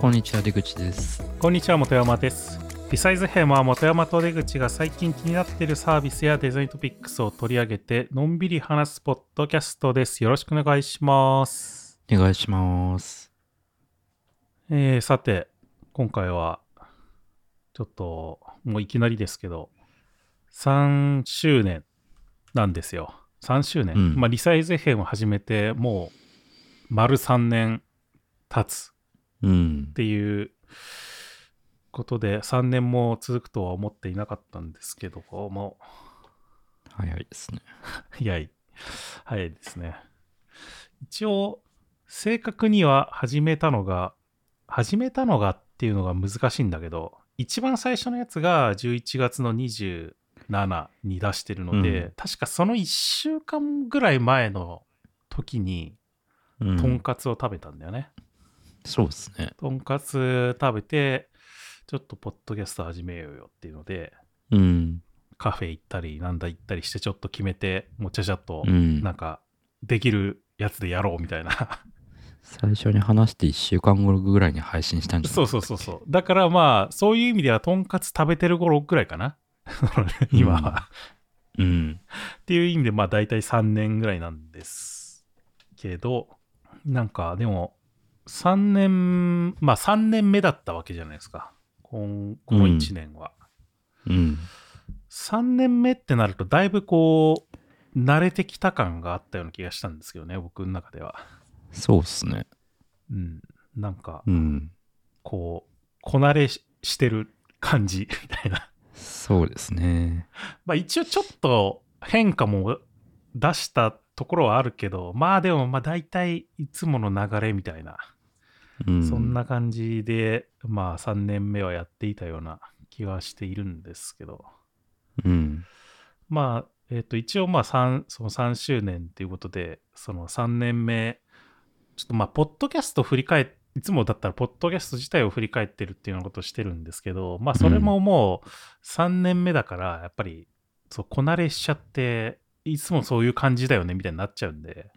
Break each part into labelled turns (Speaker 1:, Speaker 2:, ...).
Speaker 1: こんにちは出口です
Speaker 2: こんにちは、元山です。リサイズ編は元山と出口が最近気になっているサービスやデザイントピックスを取り上げて、のんびり話すポッドキャストです。よろしくお願いします。
Speaker 1: お願いします
Speaker 2: えー、さて、今回は、ちょっと、もういきなりですけど、3周年なんですよ。3周年。
Speaker 1: うん
Speaker 2: まあ、リサイズ編を始めて、もう、丸3年経つ
Speaker 1: うん
Speaker 2: っていうことで3年も続くとは思っていなかったんですけども
Speaker 1: 早いですね
Speaker 2: う早い早いですね一応正確には始めたのが始めたのがっていうのが難しいんだけど一番最初のやつが11月の27に出してるので、
Speaker 1: うん
Speaker 2: 確かその1週間ぐらい前の時に
Speaker 1: うん
Speaker 2: とんかつを食べたんだよね、
Speaker 1: そうですね
Speaker 2: とんかつ食べて、ちょっとポッドキャスト始めようよっていうので、
Speaker 1: うん
Speaker 2: カフェ行ったり、なんだ行ったりして、ちょっと決めて、もうちゃちゃっと
Speaker 1: う、ん
Speaker 2: なんか、できるやつでやろうみたい な。
Speaker 1: 最初に話して1週間後ぐらいに配信したんじゃない
Speaker 2: そうそうそうそう。だからまあ、そういう意味では、とんかつ食べてる頃くらいかな。 今は。
Speaker 1: うん
Speaker 2: っていう意味で、まあ大体3年ぐらいなんですけど、なんかでも、3年、まあ3年目だったわけじゃないですか。こんこの1年は。
Speaker 1: うん
Speaker 2: 3年目ってなるとだいぶこう慣れてきた感があったような気がしたんですけどね僕の中では
Speaker 1: そうですね
Speaker 2: うんなんか
Speaker 1: うん
Speaker 2: こうこなれししてる感じ みたいな
Speaker 1: そうですね
Speaker 2: まあ一応ちょっと変化も出したところはあるけどまあでもまあ大体いつもの流れみたいな、
Speaker 1: うん
Speaker 2: そんな感じでまあ3年目はやっていたような気はしているんですけど
Speaker 1: うん
Speaker 2: まあ、えっ、と、一応、まあ、3、その3周年ということで、その3年目、ちょっとまあ、ポッドキャスト振り返っいつもだったら、ポッドキャスト自体を振り返ってるっていうようなことをしてるんですけど、まあ、それももう3年目だから、やっぱり、そう、こなれしちゃって、いつもそういう感じだよね、みたいになっちゃうんで、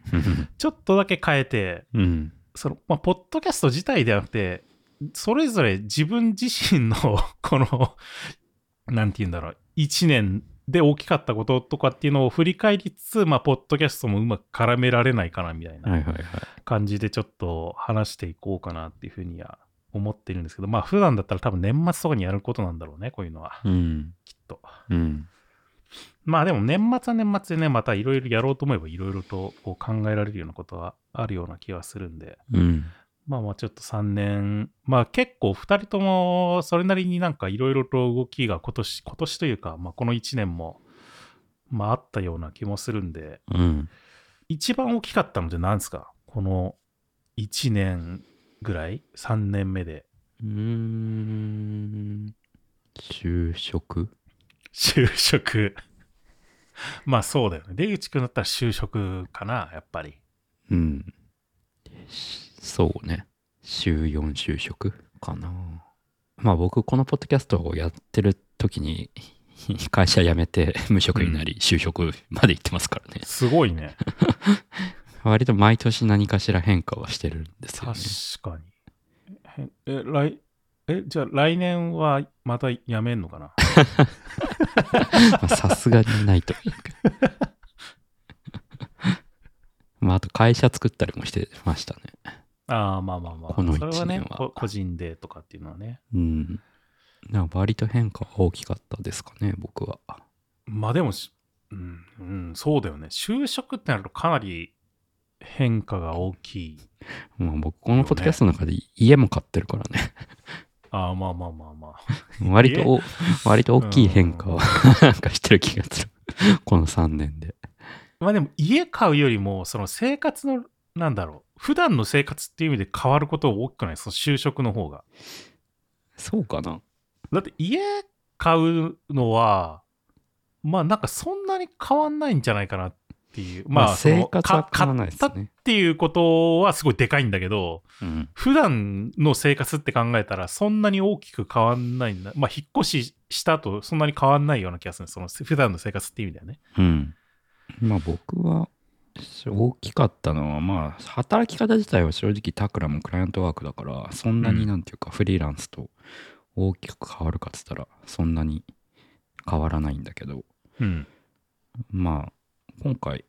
Speaker 2: ちょっとだけ変えて、
Speaker 1: うん
Speaker 2: その、まあ、ポッドキャスト自体ではなくて、それぞれ自分自身の、 この、なんて言うんだろう、一年で大きかったこととかっていうのを振り返りつつ、まあ、ポッドキャストもうまく絡められないかな、みたい
Speaker 1: は
Speaker 2: ない
Speaker 1: はいはい
Speaker 2: 感じでちょっと話していこうかなっていうふうには思ってるんですけど、まあ、普段だったら多分年末とかにやることなんだろうね、こういうのは、
Speaker 1: うん
Speaker 2: きっと。
Speaker 1: うん
Speaker 2: まあでも年末は年末でね、またいろいろやろうと思えばいろいろとこう考えられるようなことはあるような気はするんで、
Speaker 1: うん
Speaker 2: まあまあちょっと3年、まあ結構2人ともそれなりになんかいろいろと動きが今年、今年というか、まあこの1年も、まああったような気もするんで、
Speaker 1: うん
Speaker 2: 一番大きかったのって何ですかこの1年ぐらい ?3 年目で。
Speaker 1: うーん就職
Speaker 2: 就職。 まあそうだよね。出口くんだったら就職かな、やっぱり。
Speaker 1: うん。しそうね。週4就職かな。まあ僕、このポッドキャストをやってる時に、会社辞めて無職になり、就職まで行ってますからね。
Speaker 2: すごいね。
Speaker 1: 割と毎年何かしら変化はしてるんですよね。
Speaker 2: 確かに。 え、え来、え、じゃあ来年はまた辞めんのかな
Speaker 1: まあさすがにないというか。まああと会社作ったりもしてましたね。
Speaker 2: ああ、まあまあまあ。
Speaker 1: この
Speaker 2: それはね
Speaker 1: 一年、は
Speaker 2: こ個人でとかっていうのはね。
Speaker 1: うん。なんか割と変化は大きかったですかね、僕は。
Speaker 2: まあでもし、うん、うん、そうだよね。就職ってなるとかなり変化が大きい。
Speaker 1: まあ僕、このポッドキャストの中で家も買ってるからね。
Speaker 2: ああ、まあまあまあまあ。
Speaker 1: 割とお、割と大きい変化を なんかしてる気がする。 この3年で。
Speaker 2: まあでも家買うよりも、その生活の、なんだろう。普段の生活っていう意味で変わることは大きくない。その就職の方が。
Speaker 1: そうかな
Speaker 2: だって家買うのは、まあなんかそんなに変わんないんじゃないかなっていう。まあ、その
Speaker 1: 生活は
Speaker 2: か
Speaker 1: 変わらないで
Speaker 2: 買
Speaker 1: す
Speaker 2: ったっ
Speaker 1: ね。
Speaker 2: ていうことはすごいでかいんだけど、
Speaker 1: うん。
Speaker 2: 普段の生活って考えたらそんなに大きく変わんないんだ。まあ、引っ越しした後そんなに変わんないような気がする。その普段の生活っていう意味だよね。
Speaker 1: うん。まあ僕は、大きかったのは、まあ、働き方自体は正直、タクラもクライアントワークだから、そんな
Speaker 2: う
Speaker 1: に
Speaker 2: ん
Speaker 1: なんていうか、フリーランスと大きく変わるかっつったら、そんなに変わらないんだけど、
Speaker 2: うん。
Speaker 1: まあ、今回、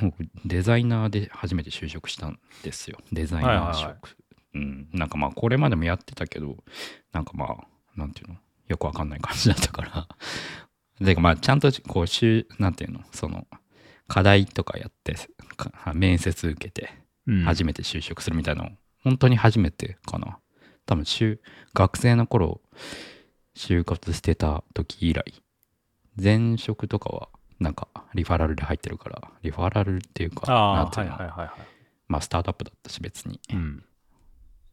Speaker 1: 僕デザイナーで初めて就職したんですよ。デザイナー職。
Speaker 2: はいはいは
Speaker 1: うん。なんかまあ、これまでもやってたけど、なんかまあ、なんていうの、よくわかんない感じだったから。 で、まあ、ちゃんと、こう、しゅなんていうの、その、課題とかやって、か面接受けて、
Speaker 2: うん
Speaker 1: 初めて就職するみたいなの、本当に初めてかな。多分、就学生の頃、就活してた時以来、前職とかは、なんか、リファラルで入ってるから、リファラルっていうか、な
Speaker 2: あ
Speaker 1: ん
Speaker 2: あ、
Speaker 1: てい
Speaker 2: は
Speaker 1: う
Speaker 2: い
Speaker 1: の、
Speaker 2: はいはいは
Speaker 1: まあ、スタートアップだったし、別に、
Speaker 2: い。うん。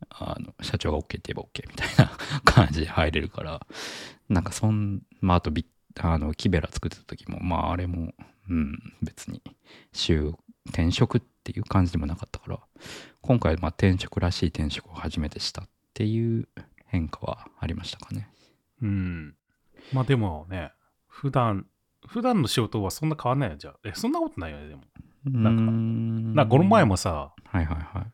Speaker 1: あの社長が OK って言えば OK みたいな 感じで入れるから、なんか、そん、まあ、あとビ、あの、キベラ作ってた時も、まあ、あれも、うん、別に、就、転職っていう感じでもなかったから、今回、まあ、転職らしい転職を初めてしたっていう変化はありましたかね。
Speaker 2: うん。まあでもね、普段、普段の仕事はそんな変わんないよ、じゃあ。え、そんなことないよね、でも。なんか
Speaker 1: ん
Speaker 2: なんかこの前。もさ、
Speaker 1: はいはいはい。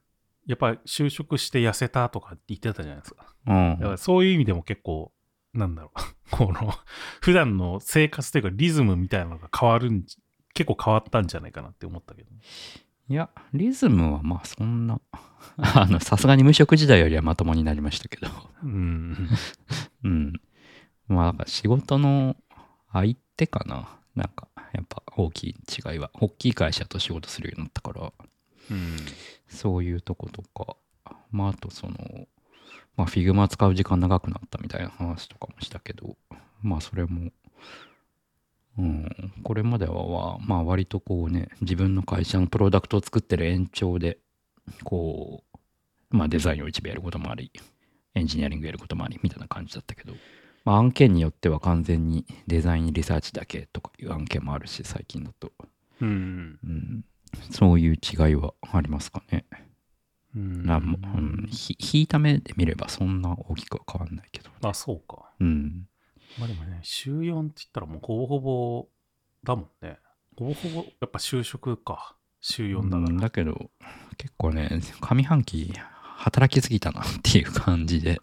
Speaker 2: やっぱり就職して痩せたとか言ってたじゃないですか。
Speaker 1: うん
Speaker 2: だからそういう意味でも結構、なんだろう、 この、普段の生活というかリズムみたいなのが変わるんじ、結構変わったんじゃないかなって思ったけど。
Speaker 1: いや、リズムはまあそんな、 あの、さすがに無職時代よりはまともになりましたけど、
Speaker 2: うん。
Speaker 1: うん。まあ、なんか仕事の相手かな。なんか、やっぱ大きい違いは、大きい会社と仕事するようになったから、
Speaker 2: うん。
Speaker 1: そういうとことか、まあ、あとその、まあ、フィグマ使う時間長くなったみたいな話とかもしたけど、まあ、それも、うん、これまでは、まあ、割とこうね、自分の会社のプロダクトを作ってる延長で、こう、まあ、デザインを一部やることもあり、エンジニアリングやることもあり、みたいな感じだったけど、まあ、案件によっては完全にデザインリサーチだけとかいう案件もあるし、最近だと、
Speaker 2: うん。
Speaker 1: うん、そういう違いはありますかね。
Speaker 2: うん
Speaker 1: なんも、うん、ひ引いた目で見ればそんな大きくは変わんないけど。
Speaker 2: あ、そうか。
Speaker 1: うん。
Speaker 2: まあでもね、週4って言ったらもうほぼほぼだもんね。ほぼほぼ、やっぱ就職か。週4だから。
Speaker 1: うんだけど、結構ね、上半期働きすぎたなっていう感じで、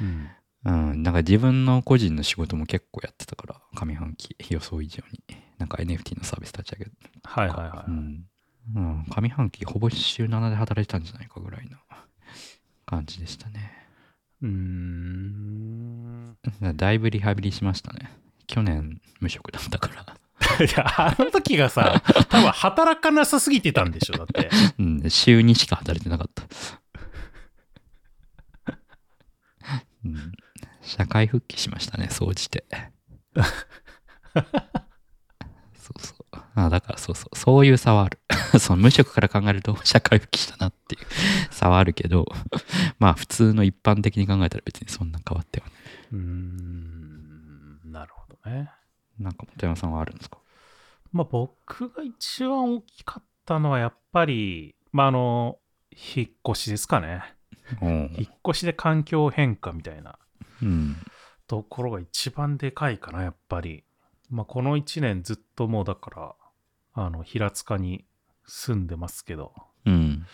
Speaker 2: うん
Speaker 1: うん、なんか自分の個人の仕事も結構やってたから、上半期予想以上に。なんか NFT のサービス立ち上げと
Speaker 2: はいはい
Speaker 1: か
Speaker 2: は。
Speaker 1: う
Speaker 2: い。
Speaker 1: んうん、上半期ほぼ週7で働いてたんじゃないかぐらいな感じでしたね。
Speaker 2: うーん。
Speaker 1: だいぶリハビリしましたね。去年無職だったから。
Speaker 2: いや、あの時がさ、多分働かなさすぎてたんでしょ、だって。
Speaker 1: うん、週2しか働いてなかった。 うん、社会復帰しましたね、総じて。 そうそう。あだからそうそう。そういう差はある。 その無職から考えると社会復帰したなっていう 差はあるけど、まあ普通の一般的に考えたら別にそんな変わってはない。
Speaker 2: うーん、なるほどね。
Speaker 1: なんか本山さんはあるんですか
Speaker 2: まあ僕が一番大きかったのはやっぱり、まああの、引っ越しですかね。
Speaker 1: お
Speaker 2: 引
Speaker 1: う
Speaker 2: っ越しで環境変化みたいな
Speaker 1: うん。
Speaker 2: ところが一番でかいかな、やっぱり。まあこの1年ずっともうだから、あの、平塚に住んでますけど、
Speaker 1: うん。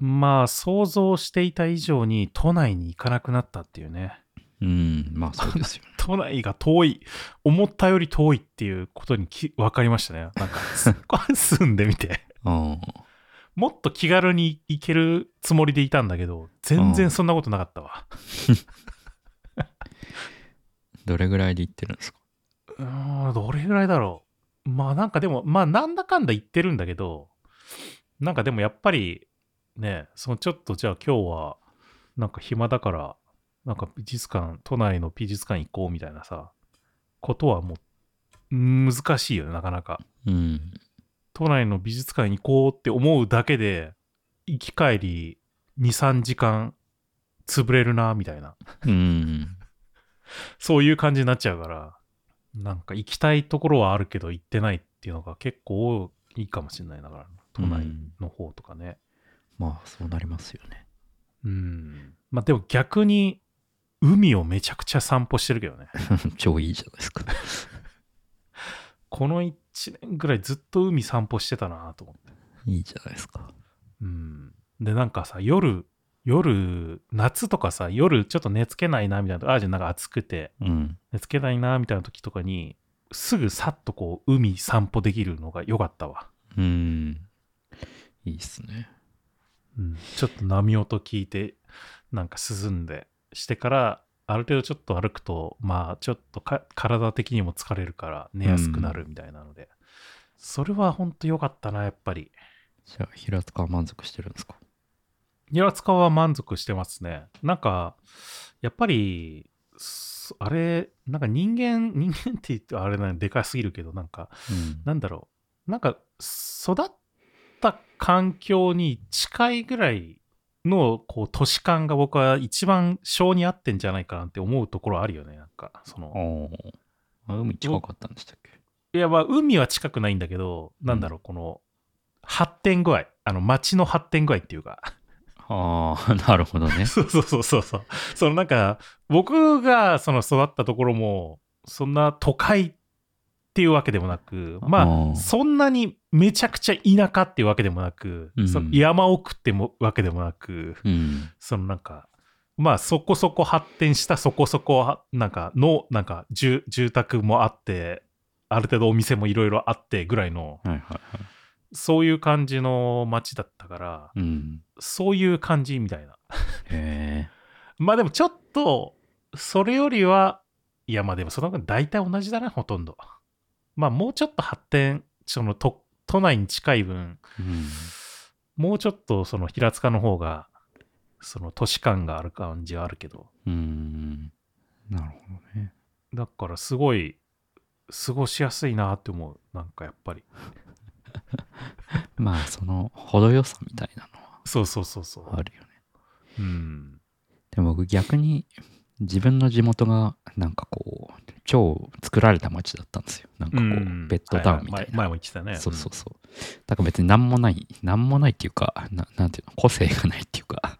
Speaker 2: まあ想像していた以上に都内に行かなくなったっていうね。
Speaker 1: うん。まあそうですよね。
Speaker 2: 都内が遠い、思ったより遠いっていうことにき分かりましたね。なんか、す住んでみて。
Speaker 1: うん
Speaker 2: もっと気軽に行けるつもりでいたんだけど、全然そんなことなかったわ。
Speaker 1: どれぐらいで行ってるんですか
Speaker 2: うーん、どれぐらいだろう。まあなんかでも、まあなんだかんだ言ってるんだけど、なんかでもやっぱり、ね、そのちょっとじゃあ今日は、なんか暇だから、なんか美術館、都内の美術館行こうみたいなさ、ことはもう、難しいよね、なかなか。
Speaker 1: うん。
Speaker 2: 都内の美術館に行こうって思うだけで、行き帰り2、3時間潰れるな、みたいな。
Speaker 1: うん。
Speaker 2: そういう感じになっちゃうから、なんか行きたいところはあるけど行ってないっていうのが結構多いかもしれないだから、都内の方とかね。
Speaker 1: まあそうなりますよね。
Speaker 2: うん。まあでも逆に、海をめちゃくちゃ散歩してるけどね。
Speaker 1: 超いいじゃない ですか。
Speaker 2: この1年ぐらいずっと海散歩してたなと思って。
Speaker 1: いいじゃないですか。
Speaker 2: うん。で、なんかさ、夜、夜、夏とかさ、夜ちょっと寝つけないな、みたいな、ああ、じゃあなんか暑くて、
Speaker 1: うん。
Speaker 2: 寝つけないな、みたいな時とかに、すぐさっとこう、海散歩できるのが良かったわ。
Speaker 1: うん。いいっすね。
Speaker 2: うん、ちょっと波音聞いてなんか涼んでしてからある程度ちょっと歩くとまあちょっとか体的にも疲れるから寝やすくなるみたいなので、それはほんと良かったなやっぱり
Speaker 1: じゃあ、平塚は満足してるんですか
Speaker 2: 平塚は満足してますねなんかやっぱりそあれなんか人間 人間って言ってあれなでかすぎるけどなんか
Speaker 1: うん。
Speaker 2: なんだろう、なんか育った環境に近いぐらいのこう都市感が僕は一番性に合ってんじゃないかなって思うところあるよね、なんか。その
Speaker 1: おーあ海近かったんでしたっけ
Speaker 2: いや、まあ、海は近くないんだけど、なんだろう、この発展具合、あの街の発展具合っていうか、
Speaker 1: ああ、 なるほどね。
Speaker 2: そうそうそうそうそう、そのなんか、僕がその育ったところも、そんな都会っていうわけでもなく、まあ、
Speaker 1: あー
Speaker 2: そんなにめちゃくちゃ田舎っていうわけでもなく、
Speaker 1: うん
Speaker 2: その山奥ってもわけでもなく、
Speaker 1: うん。
Speaker 2: そのなんか、まあそこそこ発展したそこそこはなんかのなんか住住宅もあって、ある程度お店もいろいろあってぐらいの、
Speaker 1: はいはいはい。
Speaker 2: そういう感じの街だったから、
Speaker 1: うん。
Speaker 2: そういう感じみたいな。
Speaker 1: へえ。
Speaker 2: まあでもちょっと、それよりは、いやまあでもその分大体同じだな、ほとんど。まあもうちょっと発展、その都都内に近い分、
Speaker 1: うん。
Speaker 2: もうちょっとその平塚の方が、その都市感がある感じはあるけど、
Speaker 1: うん。なるほどね。
Speaker 2: だからすごい、過ごしやすいなって思う。なんかやっぱり。
Speaker 1: まあ、その、程よさみたいなの
Speaker 2: そうそうそうそう。
Speaker 1: はあるよね。
Speaker 2: うん。
Speaker 1: でも僕逆に自分の地元がなんかこう超作られた町だったんですよなんかこ
Speaker 2: うん
Speaker 1: うベッドタウンみた
Speaker 2: ははい前
Speaker 1: な、
Speaker 2: 前も言ってたね。
Speaker 1: そうそうそうだから別に何もない何もないっていうかななんていうの個性がないっていうか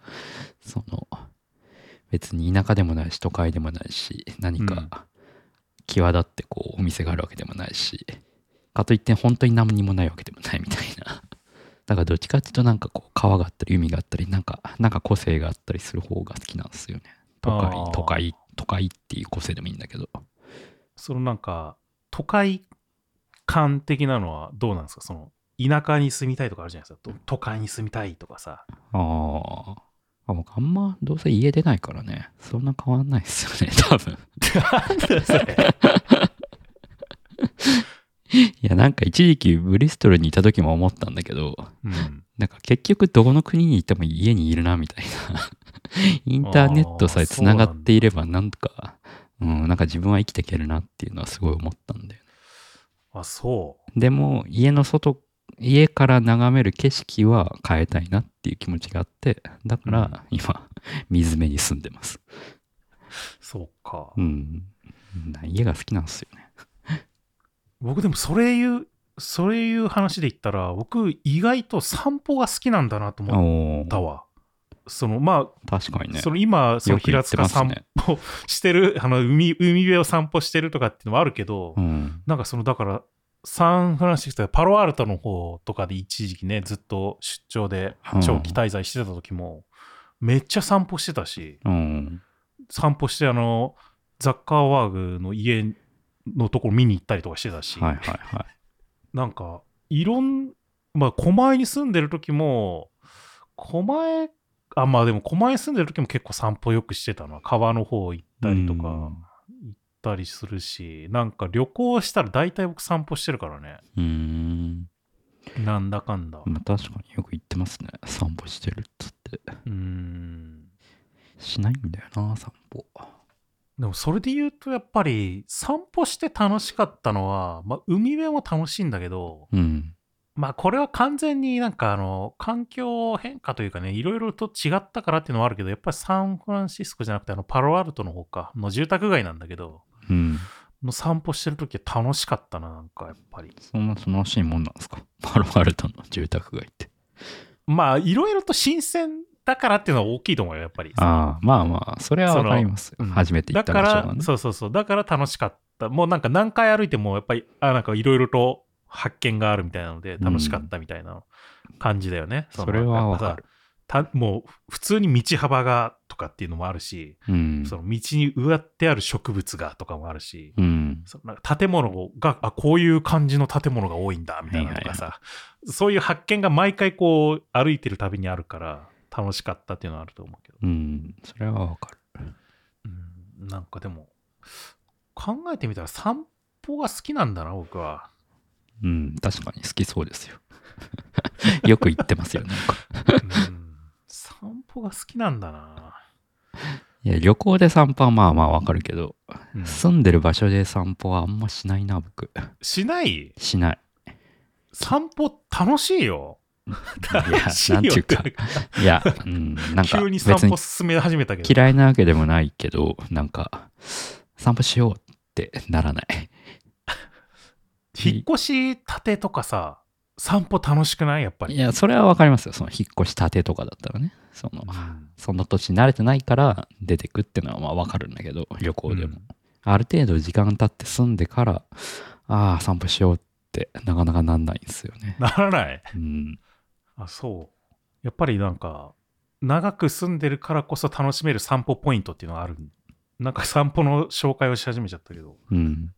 Speaker 1: その別に田舎でもないし都会でもないし何
Speaker 2: うん
Speaker 1: か際立ってこうお店があるわけでもないしかといって本当に何にもないわけでもないみたいなだからどっちかっていうとなんかこう川があったり海があったりなんかなんか個性があったりする方が好きなんですよね都
Speaker 2: あー
Speaker 1: 会都会都会っていう個性でもいいんだけど
Speaker 2: そのなんか、都会感的なのはどうなんですかその、田舎に住みたいとかあるじゃないですか。都都会に住みたいとかさ。
Speaker 1: あーあ僕あんまどうせ家出ないからねそんな変わんないですよね 多分
Speaker 2: それ
Speaker 1: いやなんか一時期ブリストルにいた時も思ったんだけど
Speaker 2: うん。
Speaker 1: なんか結局どこの国に行っても家にいるなみたいな インターネットさえつながっていればなんかうん、なんか自分は生きていけるなっていうのはすごい思ったんだよね
Speaker 2: あ、そ
Speaker 1: でも家の外家から眺める景色は変えたいなっていう気持ちがあってだから今水辺に住んでます
Speaker 2: う。そうか。
Speaker 1: うんな家が好きなんですよね
Speaker 2: 僕でもそれ言うそれいう話で言ったら僕意外と散歩が好きなんだなと思っ
Speaker 1: おー
Speaker 2: たわそのま
Speaker 1: 確かに
Speaker 2: あ、
Speaker 1: ね
Speaker 2: その今その
Speaker 1: よく言
Speaker 2: 平
Speaker 1: って
Speaker 2: 塚
Speaker 1: ます
Speaker 2: 散
Speaker 1: ね
Speaker 2: 歩してるあの海海辺を散歩してるとかっていうのもあるけど、
Speaker 1: うん
Speaker 2: なんかそのだからサンフランシスコやパロアルトの方とかで一時期ねずっと出張で長期滞在してた時も、めっちゃ散歩してたし
Speaker 1: うん
Speaker 2: 散歩してあのザッカーワーグの家のところ見に行ったりとかしてたし、
Speaker 1: はいはいは
Speaker 2: なんか、いろん、まあ、狛江に住んでる時も、狛江、あ、まあでも狛江に住んでる時も結構散歩よくしてたな。川の方行ったり
Speaker 1: い
Speaker 2: とか、行ったりするし、なんか旅行したら大体僕散歩してるからね。
Speaker 1: うんうん
Speaker 2: なんだかんだ。
Speaker 1: まあ確かによく言ってますね。散歩してるっつって。
Speaker 2: うーん。
Speaker 1: しないんだよな、散歩。
Speaker 2: でもそれで言うと、やっぱり散歩して楽しかったのは、まあ海辺も楽しいんだけど、
Speaker 1: うん。
Speaker 2: まあこれは完全になんかあの環境変化というかねいろいろと違ったからっていうのはあるけどやっぱりサンフランシスコじゃなくてあのパロアルトの方かの住宅街なんだけど
Speaker 1: うん。
Speaker 2: の散歩してる時は楽しかったななんかやっぱり
Speaker 1: そんな楽しいもんなんですか。パロアルトの住宅街って。
Speaker 2: まあいろいろと新鮮だからっていうのは大きいと思うよやっぱり
Speaker 1: ああ、まあまあ、それはわかります
Speaker 2: そのうん。
Speaker 1: 初めて行
Speaker 2: だ
Speaker 1: った
Speaker 2: か
Speaker 1: 場所
Speaker 2: ら
Speaker 1: はね。
Speaker 2: そうそうそうだから楽しかったもうなんか何回歩いてもやっぱりあなんかいろいろと発見があるみたいなので楽しかったみたいなの感じだよね。の
Speaker 1: それはわかる。
Speaker 2: やっぱさたもう普通に道幅がとかっていうのもあるし、
Speaker 1: うん。
Speaker 2: その道に植わってある植物がとかもあるし、
Speaker 1: うん。
Speaker 2: そのなんか建物があこういう感じの建物が多いんだみたいなのとかさ、そういう発見が毎回こう歩いてるたびにあるから楽しかったっていうのはあると思うけど、
Speaker 1: うん。それはわかる。
Speaker 2: うんなんかでも考えてみたら散歩が好きなんだな僕 は
Speaker 1: うん。確かに好きそうですよ。 よく言ってますよね。なんか
Speaker 2: うん散歩が好きなんだな、
Speaker 1: いや旅行で散歩はまあまあわかるけど、
Speaker 2: うん
Speaker 1: 住んでる場所で散歩はあんましないな、僕。
Speaker 2: しない
Speaker 1: しない。
Speaker 2: 散歩楽しいよ
Speaker 1: いや、
Speaker 2: 楽しいよ
Speaker 1: なんていうか
Speaker 2: っていうか
Speaker 1: いや、うん、なんか
Speaker 2: 急に
Speaker 1: 別
Speaker 2: 散
Speaker 1: に
Speaker 2: 歩進め始めたけど
Speaker 1: 嫌いなわけでもないけど、なんか、散歩しようってならない。
Speaker 2: 引っ越したてとかさ散歩楽しくないやっぱり
Speaker 1: いや、それはわかりますよ。その引っ越したてとかだったらね。その、
Speaker 2: うん
Speaker 1: その土地に慣れてないから出てくってのはまあわかるんだけど、旅行でも。
Speaker 2: うん
Speaker 1: ある程度時間経って住んでから、ああ、散歩しようってなかなかなんないんですよね。
Speaker 2: ならない
Speaker 1: うん。
Speaker 2: あそうやっぱりなんか長く住んでるからこそ楽しめる散歩ポイントっていうのがあるなんか散歩の紹介をし始めちゃったけど
Speaker 1: うん。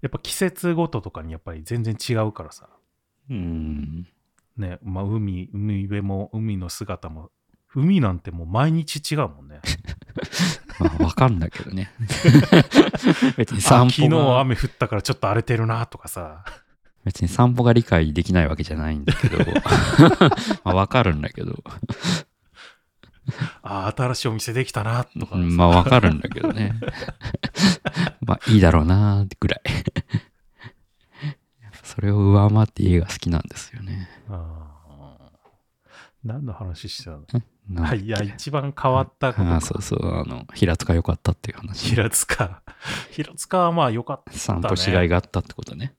Speaker 2: やっぱ季節ごととかにやっぱり全然違うからさ
Speaker 1: うん。
Speaker 2: ねまあ海海辺も海の姿も海なんてもう毎日違うもんね
Speaker 1: まあわかんだけど ね。別に
Speaker 2: あ
Speaker 1: 散歩
Speaker 2: 昨日
Speaker 1: が、
Speaker 2: 雨降ったからちょっと荒れてるなとかさ
Speaker 1: 別に散歩が理解できないわけじゃないんだけ ど、まあわかるんだけど、
Speaker 2: あ新しいお店できたなとかさ、
Speaker 1: うんまあわかるんだけど ね。まあいいだろうなーってぐらい。それを上回って家が好きなんですよね。
Speaker 2: あー何の話してたの
Speaker 1: なん
Speaker 2: あいや一番変わったこと
Speaker 1: あ
Speaker 2: か
Speaker 1: あそうそう、あの、平塚良かったっていう話。
Speaker 2: 平塚。平塚はまあ良かった。
Speaker 1: 散歩しがいがあったってことね。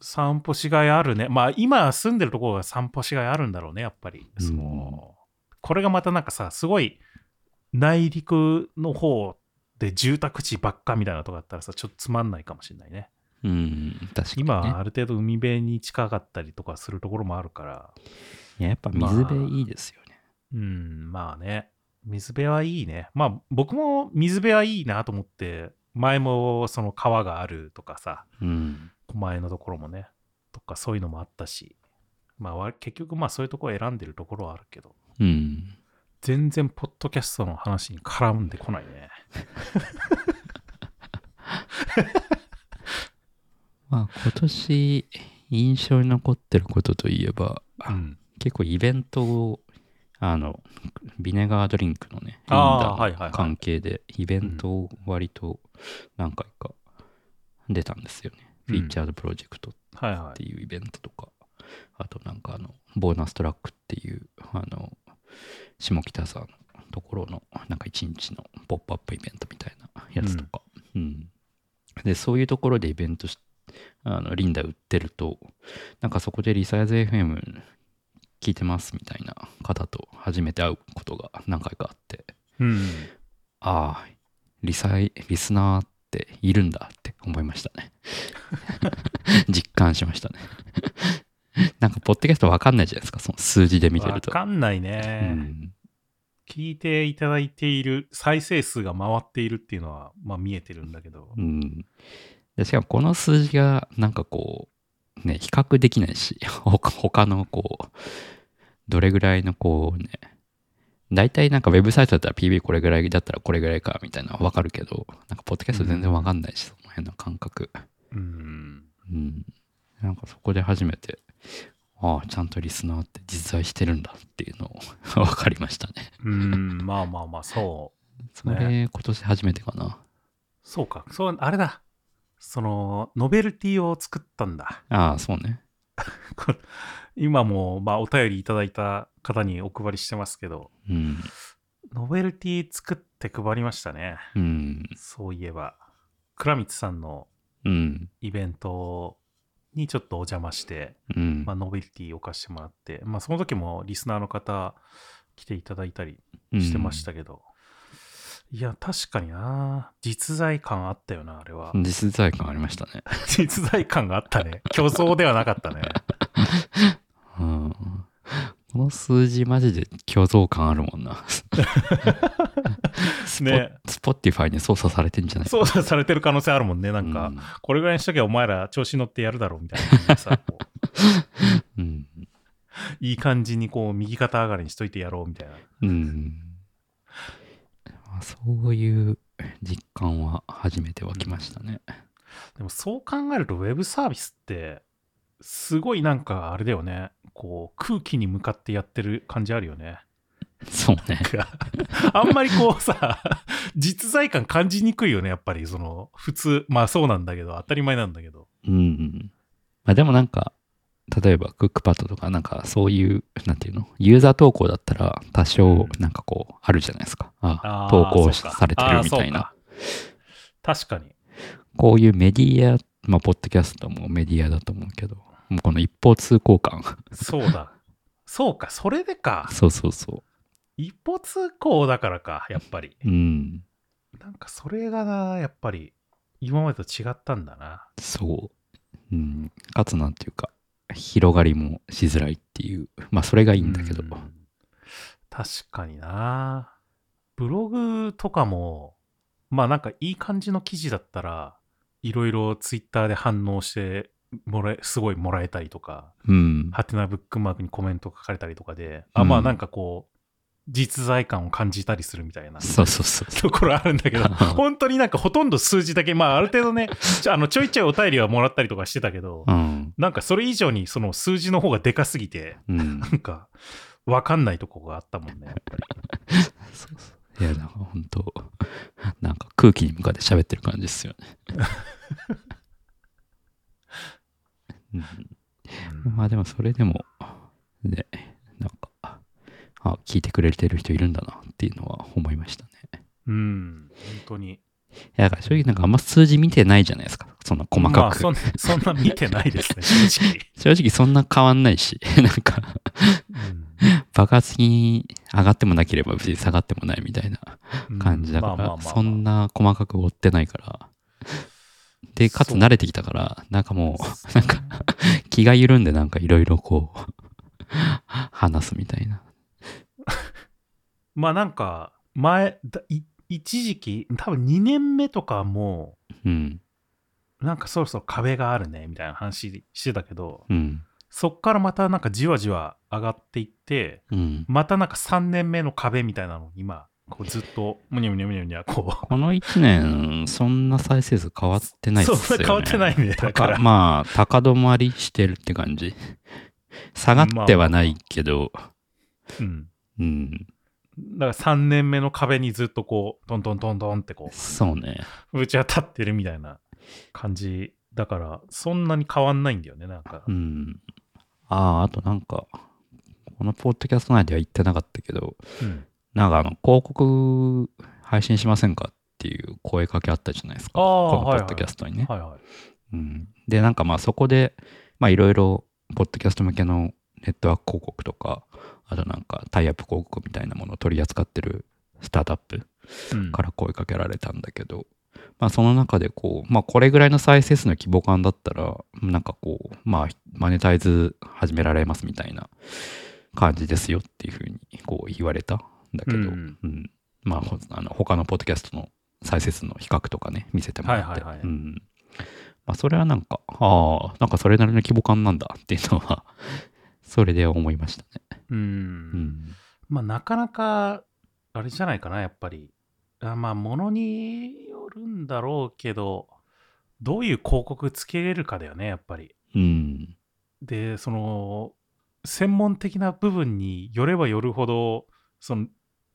Speaker 2: 散歩しがいあるね。まあ今住んでるところが散歩しがいあるんだろうね、やっぱり。
Speaker 1: うん
Speaker 2: そうこれがまたなんかさ、すごい内陸の方で住宅地ばっかみたいなとこだったらさ、ちょっとつまんないかもしれないね。
Speaker 1: うん、確かに、ね。
Speaker 2: 今はある程度海辺に近かったりとかするところもあるから。
Speaker 1: いや、やっぱ水辺いいですよね。
Speaker 2: うん、まあね。水辺はいいね。まあ僕も水辺はいいなと思って、前もその川があるとかさ、
Speaker 1: うん。
Speaker 2: 狛江のところもねとかそういうのもあったしまあわ結局まあそういうところ選んでるところはあるけど
Speaker 1: うん。
Speaker 2: 全然ポッドキャストの話に絡んでこないね
Speaker 1: まあ今年、印象に残ってることといえば、
Speaker 2: ん
Speaker 1: 結構イベントを、あの、ビネガードリンクのね、
Speaker 2: あー
Speaker 1: 飲んだ
Speaker 2: はいはいはい
Speaker 1: 関係で、イベントを割と何回か出たんですよね。
Speaker 2: うん
Speaker 1: フィーチャードプロジェクト
Speaker 2: はい
Speaker 1: っ
Speaker 2: は
Speaker 1: て
Speaker 2: い
Speaker 1: いうイベントとか、あとなんかあの、ボーナストラックっていう、あの、下北沢のところの、なんか一日のポップアップイベントみたいなやつとか、うん。で、そういうところでイベントし、あの、リンダ売ってると、なんかそこでリサイズ FM 聞いてますみたいな方と初めて会うことが何回かあって、
Speaker 2: うん
Speaker 1: ああ、リサイ、リスナーっているんだって思いました ね。実感しましたね。なんか、ポッドキャストわかんないじゃないですか、その数字で見て
Speaker 2: わ
Speaker 1: ると。
Speaker 2: かんないうね、
Speaker 1: ん、
Speaker 2: 聞いていただいている再生数が回っているっていうのはまあ見えてるんだけど
Speaker 1: うんで。しかも、この数字が、なんかこう、ね、比較できないし、 他他のこう、どれぐらいのこうね、大体なんかウェブサイトだったら PB これぐらいだったらこれぐらいかみたいなのわかるけど、なんかポッドキャスト全然わかんないし、その辺の感覚。
Speaker 2: うん
Speaker 1: うん。なんかそこで初めて、ああ、ちゃんとリスナーって実在してるんだっていうのを分かりましたね。
Speaker 2: うんまあまあまあ そう
Speaker 1: それ、今年初めてかな。
Speaker 2: そうかそうあれだそのノベルティを作ったんだ
Speaker 1: ああ、そうね。
Speaker 2: これ今も、まあ、お便りいただいた方にお配りしてますけど、
Speaker 1: うん。
Speaker 2: ノベルティ作って配りましたね。
Speaker 1: うん。
Speaker 2: そういえば、倉光さんの
Speaker 1: うん。
Speaker 2: イベントにちょっとお邪魔して、
Speaker 1: うん
Speaker 2: まあ、ノベルティを貸してもらって、まあ、その時もリスナーの方来ていただいたり
Speaker 1: うん
Speaker 2: してましたけど、いや、確かにな実在感あったよな、あれ は。
Speaker 1: 実在感ありましたね。
Speaker 2: 実在感があったね。虚像ではなかったね。
Speaker 1: うん。の数字マジで虚像感あるもんな。スポ
Speaker 2: ね
Speaker 1: スポッティファイに操作されてんじゃない
Speaker 2: 操作されてる可能性あるもんね。なんか、これぐらいにしときゃお前ら調子乗ってやるだろうみたいな感じでさ、こう
Speaker 1: うん。
Speaker 2: いい感じにこう右肩上がりにしといてやろうみたいな。
Speaker 1: うん。うんまあそういう実感は初めて湧きましたね。
Speaker 2: でもそう考えるとウェブサービスってすごいなんかあれだよねこう空気に向かってやってる感じあるよね。
Speaker 1: そうね。
Speaker 2: なんかあんまりこうさ 実在感感じにくいよねやっぱりその普通まあそうなんだけど当たり前なんだけど。
Speaker 1: うん。まあでもなんか、例えばクックパッドとかなんかそういう、なんていうのユーザー投稿だったら多
Speaker 2: うん
Speaker 1: 少なんかこうあるじゃないですか。あ
Speaker 2: あー
Speaker 1: 投稿
Speaker 2: そうか
Speaker 1: されてるみたいな。
Speaker 2: あーそうか確かに。
Speaker 1: こういうメディア、まあ、ポッドキャストもメディアだと思うけど、もうこの一方通行感。
Speaker 2: そうだ。そうかそれでか
Speaker 1: そうそうそ
Speaker 2: 一歩通行だからかやっぱり
Speaker 1: う。うん。
Speaker 2: なんかそれがなやっぱり今までと違ったんだな
Speaker 1: そう。うん。かつなんていうか、広がりもしづらいっていう。まあ、それがいいんだけど。
Speaker 2: う確かになブログとかもまあなんかいい感じの記事だったらいろいろツイッターで反応してもらえすごいもらえたりとか
Speaker 1: うん。
Speaker 2: ハテナブックマークにコメント書かれたりとかで、あまあ
Speaker 1: うん
Speaker 2: なんかこう実在感を感じたりするみたいな
Speaker 1: そうそう そう。
Speaker 2: ところあるんだけど本当になんかほとんど数字だけまあある程度ねちょあのちょいちょいお便りはもらったりとかしてたけど、
Speaker 1: うん。
Speaker 2: なんかそれ以上にその数字の方がでかすぎて
Speaker 1: うん。
Speaker 2: なんか、わかんないとこがあったもんね、やっぱり。
Speaker 1: そうそういや、なんか本当なんか空気に向かって喋ってる感じですよね。うんまあでもそれでも、ね、なんか、あ、聞いてくれてる人いるんだなっていうのは思いましたね。
Speaker 2: うん、本当に。
Speaker 1: いや、だから正直なんかあんま数字見てないじゃないですか。そんな細
Speaker 2: ま
Speaker 1: か
Speaker 2: あ
Speaker 1: く。
Speaker 2: そん そんな見てないです ね、正直。
Speaker 1: 正直そんな変わんないし、 なんか爆発的に上がってもなければ別に下がってもないみたいな
Speaker 2: うん
Speaker 1: 感じだ
Speaker 2: まあまあま
Speaker 1: か
Speaker 2: あ
Speaker 1: ら、
Speaker 2: まあ
Speaker 1: そんな細かく追ってないから。で、かつ
Speaker 2: そう
Speaker 1: 慣れてきたから、なんかもう、なんか気が緩んでなんかいろいろこう、 話すみたいな。
Speaker 2: まあなんか、前、だい一時期、多分2年目とかも、
Speaker 1: うん、
Speaker 2: なんかそろそろ壁があるね、みたいな話してたけど、
Speaker 1: うん、
Speaker 2: そっからまたなんかじわじわ上がっていって、
Speaker 1: うん。
Speaker 2: またなんか3年目の壁みたいなのに今、こうずっと、むにゃむにゃむにゃむにゃ、こう。
Speaker 1: この1年、そんな再生数変わってないですよね。
Speaker 2: そんな変わってないね。だから
Speaker 1: か。まあ、高止まりしてるって感じ。 下がってはないけど、
Speaker 2: うん。
Speaker 1: うん、
Speaker 2: だから3年目の壁にずっとこう、トントントントンってこ
Speaker 1: そうね。
Speaker 2: う、ぶち当たってるみたいな感じだから、そんなに変わんないんだよね、なんか
Speaker 1: う。ん。ああ、あとなんか、このポッドキャスト内では言ってなかったけど、
Speaker 2: うん
Speaker 1: なんかあの、広告配信しませんかっていう声かけあったじゃないですか。
Speaker 2: ああ
Speaker 1: このポ
Speaker 2: はいはい
Speaker 1: ッドキャストにね。
Speaker 2: はいはい。
Speaker 1: うん、で、なんかまあそこで、まあいろいろ、ポッドキャスト向けのネットワーク広告とか、あとなんかタイアップ広告みたいなものを取り扱ってるスタートアップ
Speaker 2: うん
Speaker 1: から声かけられたんだけど、まあその中でこう、まあこれぐらいの再生数の規模感だったら、なんかこう、まあマネタイズ始められますみたいな感じですよっていうふうにこう言われたんだけど、
Speaker 2: うん
Speaker 1: うんまあほあの他のポッドキャストの再生数の比較とかね、見せてもらって。
Speaker 2: はいはいはい
Speaker 1: うんまあそれはなんか、ああ、なんかそれなりの規模感なんだっていうのは、 それで思いましたね。
Speaker 2: う。
Speaker 1: うんん。
Speaker 2: まあ、なかなか、あれじゃないかな、やっぱり。あまあ、ものによるんだろうけど、どういう広告つけれるかだよね、やっぱり。
Speaker 1: うん。
Speaker 2: でその専門的な部分によればよるほどその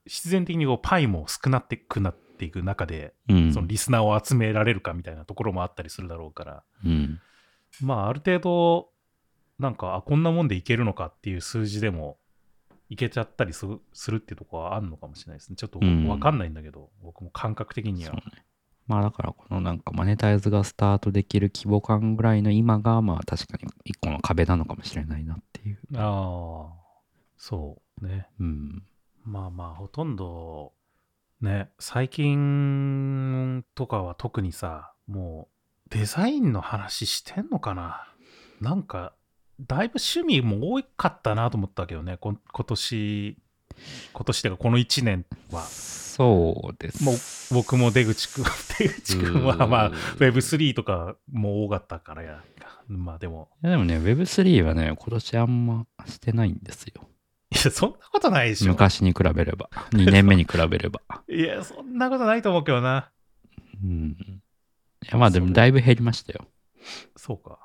Speaker 2: 必然的にこうパイも少なってくなっていく中で、
Speaker 1: うん。
Speaker 2: そのリスナーを集められるかみたいなところもあったりするだろうから
Speaker 1: うん。
Speaker 2: まあある程度なんかあこんなもんでいけるのかっていう数字でもいけちゃったりするするっていうところはあるのかもしれないですねちょっと
Speaker 1: うん
Speaker 2: 分かんないんだけど、僕も感覚的には
Speaker 1: そうね。まあだからこのなんかマネタイズがスタートできる規模感ぐらいの今がまあ確かに一個の壁なのかもしれないなっていう。
Speaker 2: ああそうね
Speaker 1: うん。
Speaker 2: まあまあほとんどね最近とかは特にさもうデザインの話してんのかななんかだいぶ趣味も多かったなと思ったけどね、こん今年、今年というかこの1年は。
Speaker 1: そうです。
Speaker 2: もう僕も出口くん、出口くんはまあ
Speaker 1: う、ーん
Speaker 2: Web3 とかも多かったからや、まあでも、
Speaker 1: いやでもね、Web3 はね、今年あんましてないんですよ。
Speaker 2: いや、そんなことないでしょ。
Speaker 1: 昔に比べれ ば。2年目に比べれば。
Speaker 2: いや、そんなことないと思うけどな。
Speaker 1: うん。いや、まあでもだいぶ減りましたよ。
Speaker 2: そうか。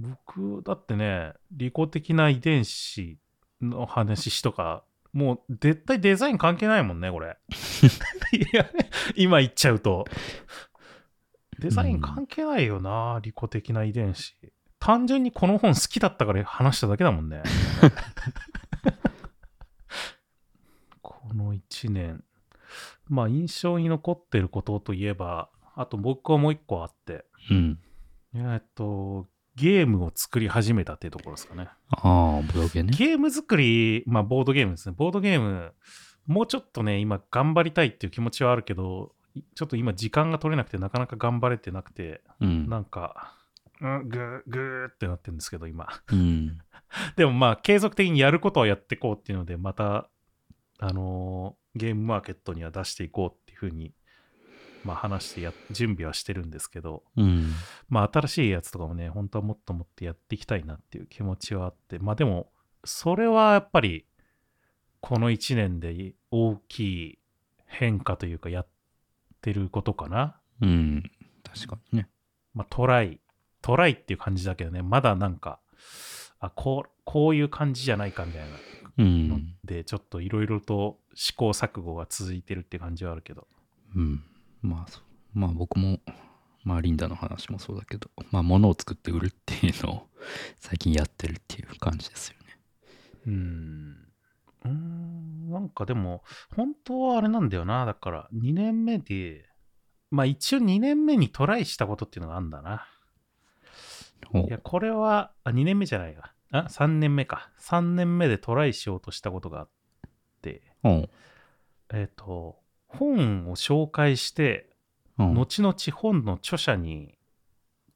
Speaker 2: 僕、だってね、利己的な遺伝子の話とか、もう絶対デザイン関係ないもんね、これ。いや、今言っちゃうと。デザイン関係ないよな、利己的な遺伝子。単純にこの本好きだったから話しただけだもんね。この1年。まあ、印象に残ってることといえば、あと僕はもう一個あって、
Speaker 1: うん。
Speaker 2: えーっと、ゲームを作り始めたっていうところですかね。
Speaker 1: ああ、ブロゲね。
Speaker 2: ゲーム作り、まあ、ボードゲームですね。ボードゲーム、もうちょっとね、今、頑張りたいっていう気持ちはあるけど、いちょっと今、時間が取れなくて、なかなか頑張れてなくて、
Speaker 1: うん。
Speaker 2: なんか、うん、ぐー、ぐーってなってるんですけど、今。
Speaker 1: うん。
Speaker 2: でもまあ、継続的にやることはやっていこうっていうので、また、あのーゲームマーケットには出していこうっていうふうに、まあ、話してや、準備はしてるんですけど、
Speaker 1: うん。
Speaker 2: まあ、新しいやつとかもね、本当はもっともっとやっていきたいなっていう気持ちはあって、まあでも、それはやっぱり、この1年で大きい変化というか、やってることかな。
Speaker 1: うん。確かにね。
Speaker 2: まあ、トライ、トライっていう感じだけどね、まだなんか、あ、こう、こういう感じじゃないかみたいな
Speaker 1: うん。
Speaker 2: で、ちょっといろいろと試行錯誤が続いてるって感じはあるけど。
Speaker 1: うん。まあ、そうまあ僕も、まあリンダの話もそうだけど、まあ物を作って売るっていうのを 最近やってるっていう感じですよね。
Speaker 2: うーん。うーん、なんかでも、本当はあれなんだよな。だから、2年目で、まあ一応2年目にトライしたことっていうのがあるんだな。
Speaker 1: お
Speaker 2: いや、これは、あ、2年目じゃないわ。あ、3年目か。3年目でトライしようとしたことがあって、
Speaker 1: お
Speaker 2: えっ、と、本を紹介して、
Speaker 1: うん。
Speaker 2: 後々本の著者に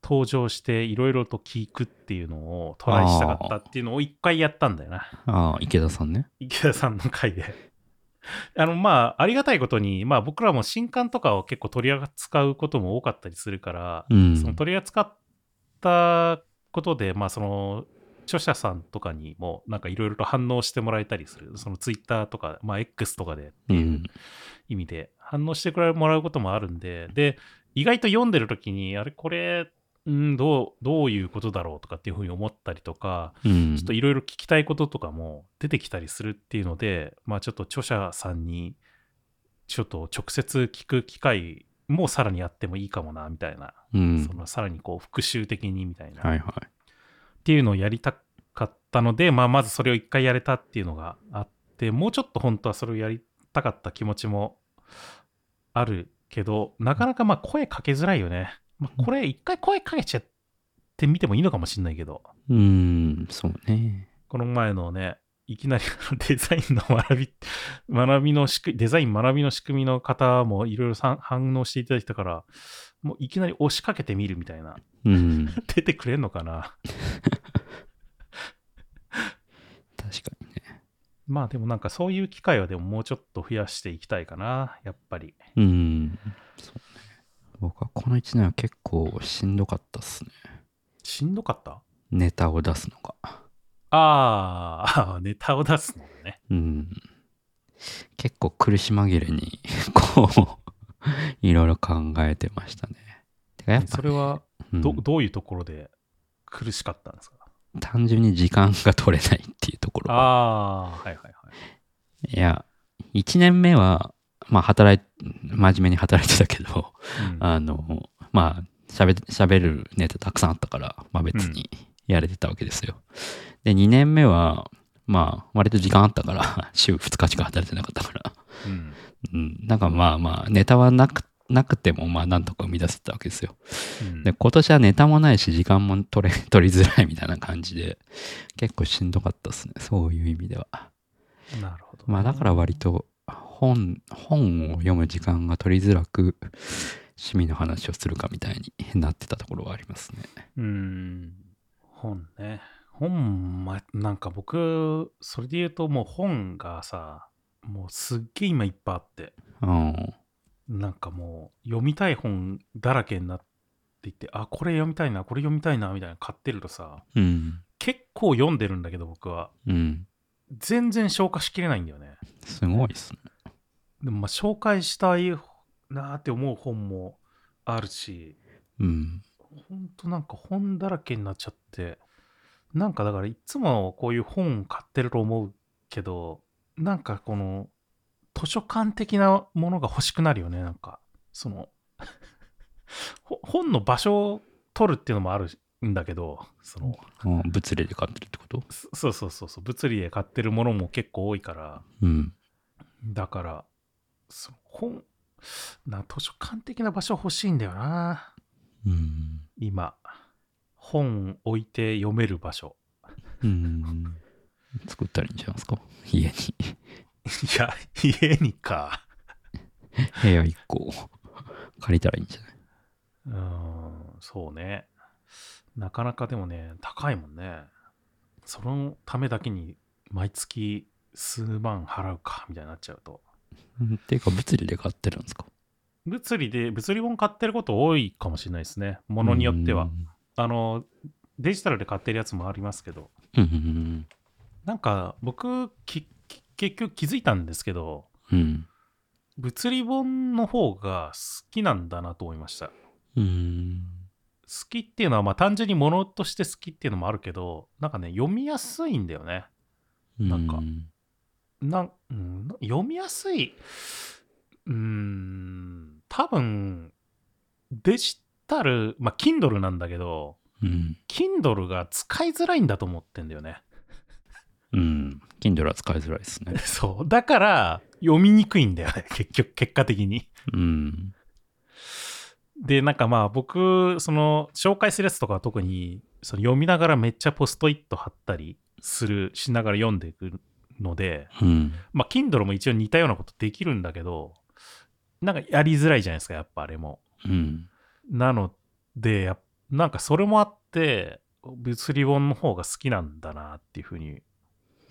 Speaker 2: 登場していろいろと聞くっていうのをトライしたかったっていうのを一回やったんだよな
Speaker 1: ああ、池田さんね。
Speaker 2: 池田さんの回で あのまあありがたいことに、まあ、僕らも新刊とかを結構取り扱うことも多かったりするから、
Speaker 1: うん
Speaker 2: その取り扱ったことでまあその著者さんとかにもなんかいろいろと反応してもらえたりするそのツイッターとか、まあ、X とかでっ
Speaker 1: う。
Speaker 2: ていうん意味で反応してくれもらうこともあるんでで意外と読んでる時にあれこれうんどうどういうことだろうとかっていうふうに思ったりとか
Speaker 1: うん
Speaker 2: ちょっといろいろ聞きたいこととかも出てきたりするっていうのでまあちょっと著者さんにちょっと直接聞く機会もさらにやってもいいかもなみたいな、
Speaker 1: うん
Speaker 2: そ。のさらにこう復習的にみたいな、
Speaker 1: はい
Speaker 2: っ
Speaker 1: は
Speaker 2: ていうのをやりたかったので、まあ、まずそれを一回やれたっていうのがあってもうちょっと本当はそれをやりたかった気持ちもあるけどなかなかまあ声かけづらいよね、まあ、これ一回声かけちゃってみてもいいのかもしれないけど
Speaker 1: い。うん、そうね。
Speaker 2: この前のね、いきなりあのデザインの学び、学びの仕組み、デザイン学びの仕組みの方もいろいろさん反応していただいたから、もういきなり押しかけてみるみたいな。
Speaker 1: うん。
Speaker 2: 出てくれんのかな
Speaker 1: 確かにね。
Speaker 2: まあでもなんかそういう機会はでももうちょっと増やしていきたいかな、やっぱり。
Speaker 1: うん。そうね。僕はこの1年は結構しんどかったっすね。
Speaker 2: しんどかった
Speaker 1: ネタを出すのが。
Speaker 2: ああ、ネタを出すのね。
Speaker 1: うん。結構苦し紛れに、 こう、いろいろ考えてましたね。てかやっぱ、
Speaker 2: それは
Speaker 1: うん
Speaker 2: ど、どういうところで苦しかったんですか
Speaker 1: 単純に時間が取れないっていうところ。
Speaker 2: ああー、はいはいはい。
Speaker 1: いや、1年目は、まあ、働い、真面目に働いてたけど、
Speaker 2: うん
Speaker 1: あの、まあ、喋喋るネタたくさんあったから、まあ別にやれてたわけですよ。で、2年目は、まあ、割と時間あったから、 週2日しか働いてなかったから、
Speaker 2: うん
Speaker 1: うん、なんかまあまあ、ネタはなく、なくても、まあ、なんとか生み出せたわけですよ。
Speaker 2: うん
Speaker 1: で、今年はネタもないし、時間も取れ、取りづらいみたいな感じで、結構しんどかったですね。そういう意味では。
Speaker 2: なるほどね、
Speaker 1: まあ、だから割と、本、本を読む時間が取りづらく、趣味の話をするかみたいになってたところはありますね。
Speaker 2: うーん。本ね。本、ま、なんか僕、それで言うともう本がさ、もうすっげえ今いっぱいあって、
Speaker 1: うん。
Speaker 2: なんかもう読みたい本だらけになっていて、あ、これ読みたいな、これ読みたいな、みたいなの買ってるとさ、
Speaker 1: うん。
Speaker 2: 結構読んでるんだけど僕は、
Speaker 1: うん。
Speaker 2: 全然消化しきれないんだよね。
Speaker 1: すごいっすね。
Speaker 2: でもまあ紹介したいなーって思う本もあるし、
Speaker 1: うん。
Speaker 2: ほんとなんか本だらけになっちゃって、なんかだからいつもこういう本買ってると思うけど、なんかこの図書館的なものが欲しくなるよね、なんか。その、ほ本の場所を取るっていうのもあるんだけど、その、
Speaker 1: うん物理で買ってるってこと
Speaker 2: そそうそうそうそう、物理で買ってるものも結構多いから、
Speaker 1: うん。
Speaker 2: だから、その本、な図書館的な場所欲しいんだよな。
Speaker 1: うん。
Speaker 2: 今本置いて読める場所
Speaker 1: うん。作ったらいいんじゃないですか家に。
Speaker 2: いや家にか
Speaker 1: 部屋1個借りたらいいんじゃないう
Speaker 2: ーんそうねなかなかでもね高いもんねそのためだけに毎月数万払うかみたいになっちゃうと
Speaker 1: うんっていうか、物理で買ってるんですか
Speaker 2: 物理で物理本買ってること多いかもしれないですねものによってはあのデジタルで買ってるやつもありますけど
Speaker 1: うん。うん。
Speaker 2: なんか僕きき結局気づいたんですけど
Speaker 1: うん。
Speaker 2: 物理本の方が好きなんだなと思いました好
Speaker 1: うん。
Speaker 2: きっていうのはまあ単純に物として好きっていうのもあるけどなんかね読みやすいんだよね
Speaker 1: うん
Speaker 2: なんかなん、うん、読みやすいうーん多分デジタルまあ Kindle なんだけど
Speaker 1: うん。
Speaker 2: Kindle が使いづらいんだと思ってんだよね
Speaker 1: うん。Kindle は使いづらいですね。
Speaker 2: そうだから読みにくいんだよね 結局結果的に
Speaker 1: うん。
Speaker 2: で、なんかまあ僕、その紹介するやつとかは特にその読みながらめっちゃポストイット貼ったりする、しながら読んでいくので、
Speaker 1: うん。
Speaker 2: まあ Kindle も一応似たようなことできるんだけど、なんかやりづらいじゃないですか、やっぱあれも。
Speaker 1: うん。
Speaker 2: なので、やっなんかそれもあって、物理本の方が好きなんだなっていうふうに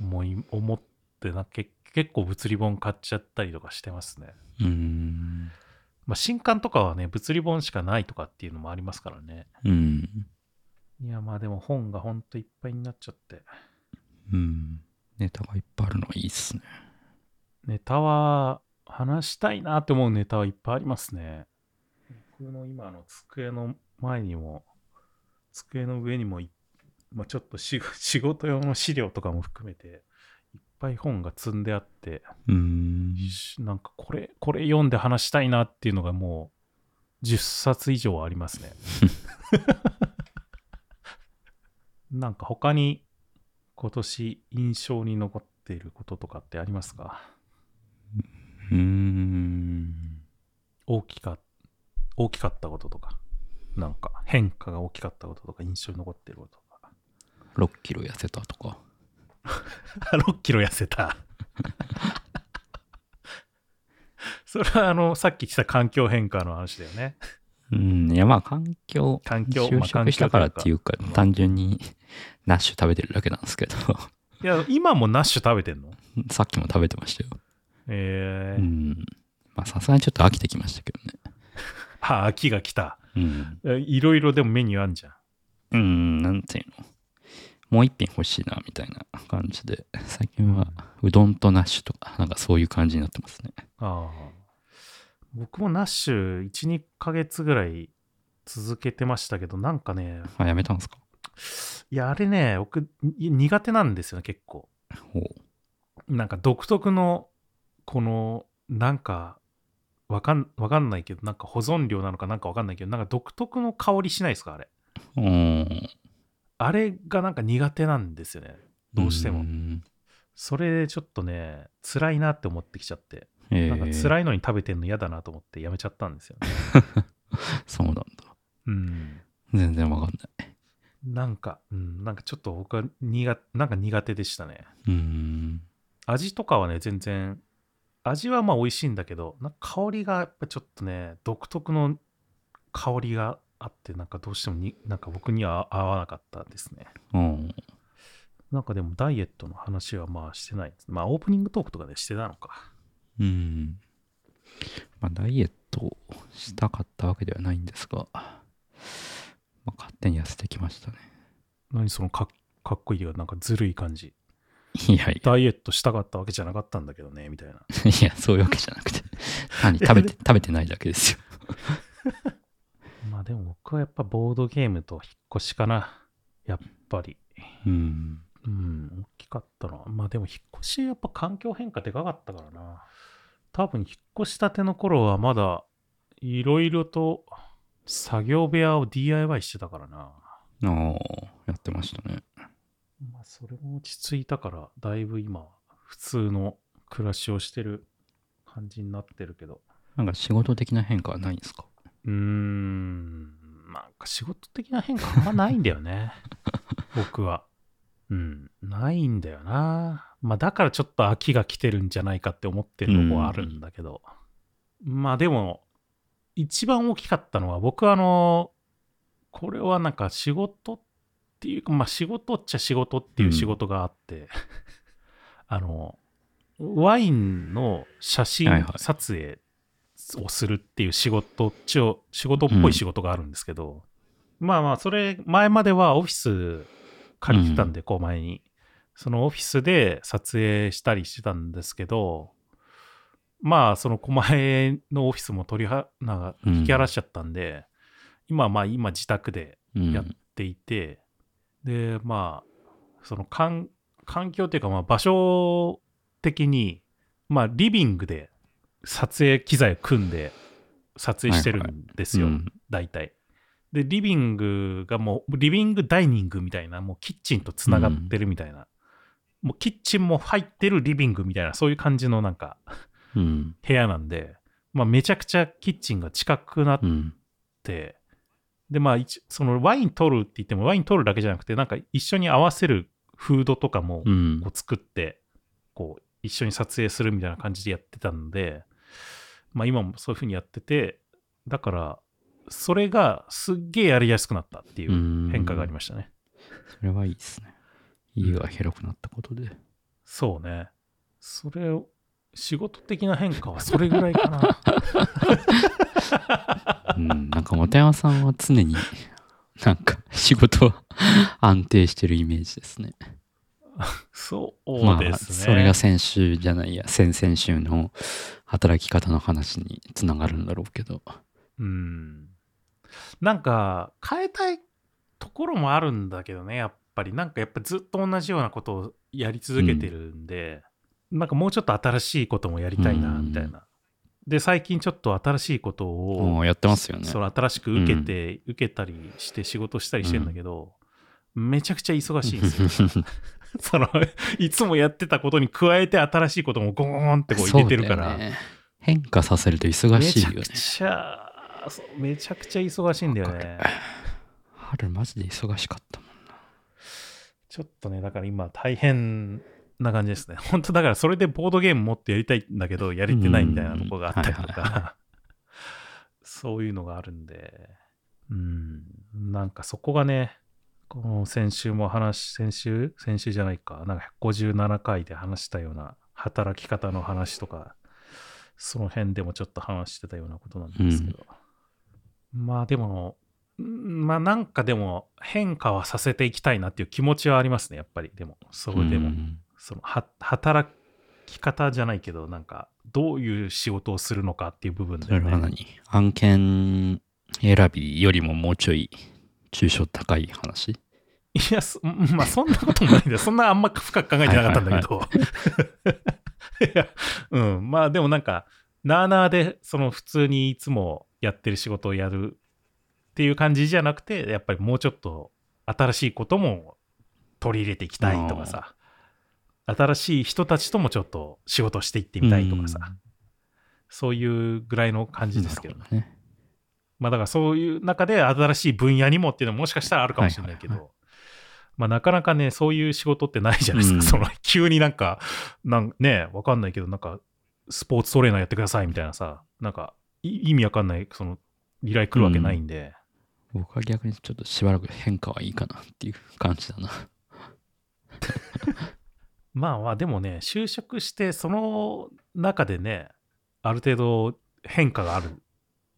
Speaker 2: 思い思ってなけ、結構物理本買っちゃったりとかしてますね。
Speaker 1: うん。
Speaker 2: まあ新刊とかはね、物理本しかないとかっていうのもありますからね。
Speaker 1: うん。
Speaker 2: いや、まあでも本がほんといっぱいになっちゃって。
Speaker 1: うん。ネタがいっぱいあるのはいいっすね。
Speaker 2: ネタは、話したいなって思うネタはいっぱいありますね。僕の今の机の前にも、机の上にもい、まあ、ちょっとし仕事 用の資料とかも含めて、いっぱい本が積んであって、
Speaker 1: うん。
Speaker 2: しなんかこれ、これ読んで話したいなっていうのがもう、10冊以上あります ね。なんか他に今年印象に残っていることとかってありますか
Speaker 1: うん。
Speaker 2: 大きか大きかったこととか、なんか変化が大きかったこととか、印象に残っていることとか。
Speaker 1: 6キロ痩せたとか。
Speaker 2: 6キロ痩せた。それはあの、さっき来た環境変化の話だよね。
Speaker 1: うん。いや、まあ、環境。
Speaker 2: 環境、
Speaker 1: 就
Speaker 2: まあ環
Speaker 1: 職
Speaker 2: 境
Speaker 1: したからっていうか
Speaker 2: というか、
Speaker 1: 単純にナッシュ食べてるだけなんですけど、
Speaker 2: いや、今もナッシュ食べてんの
Speaker 1: さっきも食べてましたよ。
Speaker 2: え
Speaker 1: う
Speaker 2: ー
Speaker 1: ん。まあ、さすがにちょっと飽きてきましたけどね。
Speaker 2: あ、秋が来た。
Speaker 1: うん。
Speaker 2: えいろいろでもメニューあんじゃん。
Speaker 1: うん、なんていうの。もう一品欲しいな、みたいな感じで、最近はうどんとナッシュとか、なんかそういう感じになってますね。
Speaker 2: ああ。僕もナッシュ1、2ヶ月ぐらい続けてましたけど、なんかね、
Speaker 1: あ、やめたんですか
Speaker 2: いや、あれね、僕、に苦手なんですよね、結構。
Speaker 1: ほう。
Speaker 2: なんか独特の、この、なんか、わかん、わかんないけど、なんか保存料なのかなんかわかんないけど、なんか独特の香りしないですか、あれ。
Speaker 1: うん。
Speaker 2: あれがなんか苦手なんですよね。どうしても
Speaker 1: ん
Speaker 2: それちょっとね、辛いなって思ってきちゃって、
Speaker 1: え
Speaker 2: なんか
Speaker 1: ー、
Speaker 2: 辛いのに食べてんの嫌だなと思ってやめちゃったんですよね。
Speaker 1: そうなんだ。
Speaker 2: うん。
Speaker 1: 全然わかんない。
Speaker 2: なんか、うん、なんかちょっと僕は苦なんか苦手でしたね。
Speaker 1: うん。
Speaker 2: 味とかはね、全然、味はまあ美味しいんだけど、なんか香りがやっぱちょっとね、独特の香りがあって、なんかどうしてもに、なんか僕には合わなかったですね。
Speaker 1: うん。
Speaker 2: なんかでもダイエットの話はまあしてないです。まあオープニングトークとかでしてたのか。
Speaker 1: うん。まあ、ダイエットをしたかったわけではないんですが、まあ、勝手に痩せてきましたね。
Speaker 2: 何そのかっかっこいいというかなんかずるい感じ。
Speaker 1: いやいや、
Speaker 2: ダイエットしたかったわけじゃなかったんだけどね、みたいな。
Speaker 1: いやそういうわけじゃなくて、何食 べて、食べてないだけですよ。
Speaker 2: まあでも僕はやっぱボードゲームと引っ越しかな。やっぱり。
Speaker 1: うん。
Speaker 2: うん、大きかったな。まあでも引っ越しやっぱ環境変化でかかったからな。多分引っ越したての頃はまだいろいろと作業部屋を DIY してたからな。
Speaker 1: ああ、やってましたね。
Speaker 2: まあそれも落ち着いたから、だいぶ今普通の暮らしをしてる感じになってるけど。
Speaker 1: なんか仕事的な変化はないんですか
Speaker 2: うーん、なんか仕事的な変化あんまないんだよ ね。僕は。うん、ないんだよな。まあだからちょっと秋が来てるんじゃないかって思ってるのもあるんだけど。まあでも、一番大きかったのは僕はあの、これはなんか仕事っていうか、まあ仕事っちゃ仕事っていう仕事があって、あの、ワインの写
Speaker 1: はい
Speaker 2: 真
Speaker 1: はい
Speaker 2: 撮影をするっていう仕事っちを、仕事っぽい仕事があるんですけど、まあまあ、それ、前まではオフィス借りてたんで、こう前に。そのオフィスで撮影したりしてたんですけど、まあ、その狛江のオフィスも取りは、なんか
Speaker 1: うん
Speaker 2: 引き荒らしちゃったんで、今はまあ、今自宅で
Speaker 1: うん
Speaker 2: やっていて、でまあその環環境というかまあ場所的にまあリビングで撮影機材を組んで撮影してるんですよ、
Speaker 1: はいはいうん
Speaker 2: 大体でリビングがもうリビングダイニングみたいなもうキッチンとつながってるみたいな、もうキッチンも入ってるリビングみたいなそういう感じのなんか
Speaker 1: うん。
Speaker 2: 部屋なんで、まあ、めちゃくちゃキッチンが近くなっ
Speaker 1: うん。
Speaker 2: って、で、まあ、一そのワイン取るって言っても、ワイン取るだけじゃなくて、なんか一緒に合わせるフードとかも
Speaker 1: うん
Speaker 2: こう作って、こう、一緒に撮影するみたいな感じでやってたんで、まあ、今もそういう風にやってて、だから、それがすっげえやりやすくなったっていう変化がありましたね。
Speaker 1: それはいいですね。家が広くなったことで。
Speaker 2: そうね。それを、仕事的な変化はそれぐらいか な。
Speaker 1: うん。なんか、本山さんは常に、なんか、仕事は安定してるイメージですね。
Speaker 2: そうですね。
Speaker 1: それが先週じゃないや、先々週の働き方の話につながるんだろうけど。
Speaker 2: うん。なんか、変えたいところもあるんだけどね、やっぱり。なんかやっぱずっと同じようなことをやり続けてるんで、なんかもうちょっと新しいこともやりたいな、
Speaker 1: うん
Speaker 2: みたいな。で、最近ちょっと新しいことを、
Speaker 1: もうやってますよね。
Speaker 2: それ新しく受けて、受けたりして仕事したりしてるんだけど、めちゃくちゃ忙しいんですよ。 その、いつもやってたことに加えて新しいこともゴーンってこう入れてるから。
Speaker 1: そうだよね変化させると忙しいよね
Speaker 2: め。ちゃくちゃ、そうめちゃくちゃ忙しいんだよね。
Speaker 1: 春マジで忙しかったもん。
Speaker 2: ちょっとね、だから今大変な感じですね。 本当だからそれでボードゲームもっとやりたいんだけど、やれてないみたいなとこがあったり
Speaker 1: う
Speaker 2: と
Speaker 1: んはいはい
Speaker 2: か、 そういうのがあるんで、うん、なんかそこがね、この先週も話、先週先週じゃないか、なんか157回で話したような働き方の話とか、その辺でもちょっと話してたようなことなんですけど。まあでも、うんまあなんかでも変化はさせていきたいなっていう気持ちはありますね、やっぱり。でも、それでも。
Speaker 1: うん
Speaker 2: そのは働き方じゃないけど、なんかどういう仕事をするのかっていう部分
Speaker 1: それ
Speaker 2: で、
Speaker 1: は
Speaker 2: ね。
Speaker 1: 何案件選びよりももうちょい抽象高い話
Speaker 2: いや、そ うんまあそんなこともないん だよ。そんなあんま深く考えてなかったんだけど。 いや、うん。まあでもなんか、なあなあで、その普通にいつもやってる仕事をやるっていう感じじゃなくて、やっぱりもうちょっと新しいことも取り入れていきたいとかさ、新しい人たちともちょっと仕事していってみたいとかさ、そういうぐらいの感じですけどね。
Speaker 1: なるほね。
Speaker 2: まあだからそういう中で新しい分野にもっていうのももしかしたらあるかもしれないけど、
Speaker 1: はいは
Speaker 2: まあなかなかね、そういう仕事ってないじゃないですか。
Speaker 1: うん
Speaker 2: その 急になんか、なんね、わかんないけど、なんかスポーツトレーナーやってくださいみたいなさ、なんかい意味わかんない、その依頼来るわけないんで、
Speaker 1: 僕は逆にちょっとしばらく変化はいいかなっていう感じだな。
Speaker 2: まあまあ、でもね、就職して、その中でね、ある程度変化がある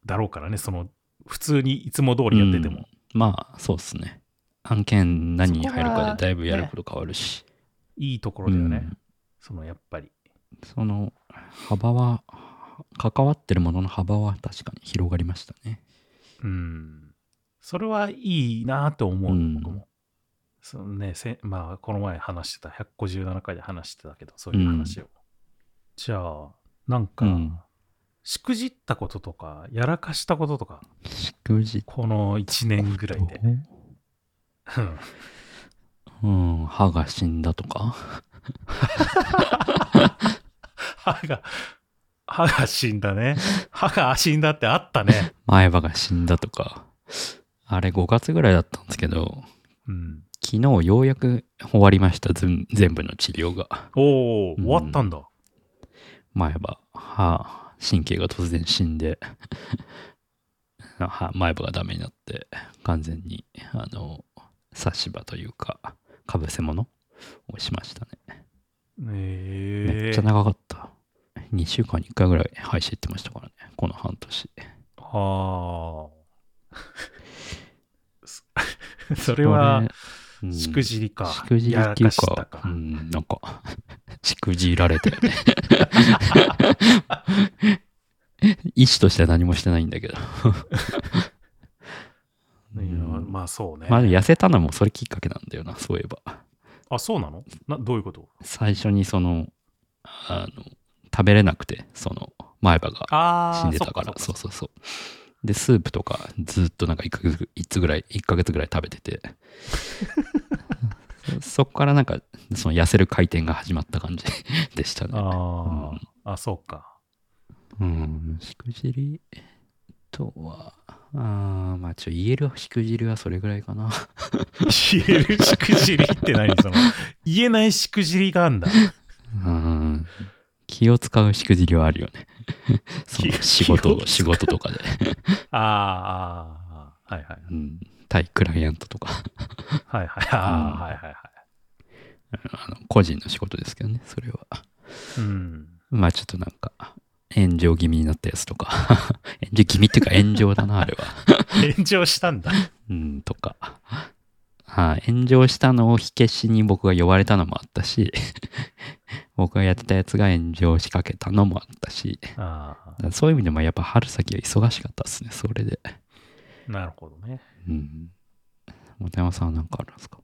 Speaker 2: だろうからね、その、普通にいつも通りやってても。
Speaker 1: うんまあ、そうですね。案件何に入るかでだいぶやること変わるし。
Speaker 2: いいところだよね、
Speaker 1: うん
Speaker 2: そのやっぱり。
Speaker 1: その幅は、関わってるものの幅は確かに広がりましたね。
Speaker 2: うん。それはいいなと思う、
Speaker 1: うん
Speaker 2: 僕も。そのね、せまあ、この前話してた、157回で話してたけど、そういう話を。じゃあ、なんか、
Speaker 1: うん
Speaker 2: しくじったこととか、やらかしたこととか、
Speaker 1: しくじっ
Speaker 2: この1年ぐら いで。うん
Speaker 1: うん、歯が死んだとか。
Speaker 2: 歯が、歯が死んだね。歯が死んだってあったね。
Speaker 1: 前歯が死んだとか。あれ5月ぐらいだったんですけど、
Speaker 2: うん。
Speaker 1: 昨日ようやく終わりました、ずん全部の治療が。
Speaker 2: おお、
Speaker 1: うん
Speaker 2: 終わったんだ。
Speaker 1: 前歯、歯、神経が突然死んで、 歯前歯がダメになって、完全に、あの、差し歯というか、かぶせ物をしましたね。
Speaker 2: ええ
Speaker 1: めっちゃ長かった。2週間に1回ぐらい歯医者行ってましたからね、この半年。
Speaker 2: はあ。そ それは、
Speaker 1: それ、うん
Speaker 2: しくじりか。
Speaker 1: しくじりっていう
Speaker 2: やら
Speaker 1: か、
Speaker 2: かした
Speaker 1: う
Speaker 2: か
Speaker 1: ん、なんか、 しくじられたよね。 医師としては何もしてないんだけど。
Speaker 2: いや
Speaker 1: うん
Speaker 2: まあそうね。
Speaker 1: まあ、痩せたのもそれきっかけなんだよな、そういえば。
Speaker 2: あ、そうなのなどういうこと
Speaker 1: 最初にその、あの、食べれなくて、その、前歯が
Speaker 2: ああ、
Speaker 1: 死んでたから、そう
Speaker 2: そ
Speaker 1: うそうそう。で、スープとかずっとなんか1ヶ月いつぐらい、1ヶ月ぐらい食べて て。そそこからなんか、その痩せる回転が始まった感じでしたね。
Speaker 2: あー、あ、そうか。
Speaker 1: うん、しくじりとは、あーまあちょ、言えるしくじりはそれぐらいかな。
Speaker 2: 言えるしくじりって何 その、言えないしくじりがあんだ。
Speaker 1: うん、気を使うしくじりはあるよ ね。その
Speaker 2: 気
Speaker 1: 仕事
Speaker 2: 気を
Speaker 1: を、
Speaker 2: 使う
Speaker 1: 仕事とかで。
Speaker 2: あーあー、あーはいはい。
Speaker 1: うん、対クライアントとか、
Speaker 2: はいはい。
Speaker 1: うん
Speaker 2: ああ、はいはいはい。
Speaker 1: あの個人の仕事ですけどね、それは。
Speaker 2: うん。
Speaker 1: まあちょっとなんか、炎上気味になったやつとか、 炎上気味っていうか炎上だな、あれは。
Speaker 2: 炎上したんだ。
Speaker 1: うん、とか。はい炎上したのを火消しに僕が呼ばれたのもあったし、 僕がやってたやつが炎上しかけたのもあったし、
Speaker 2: あ
Speaker 1: だからそういう意味でもやっぱ春先は忙しかったですね、それで。
Speaker 2: あ、なるほどね。
Speaker 1: うん。本山さんは何かあるんですか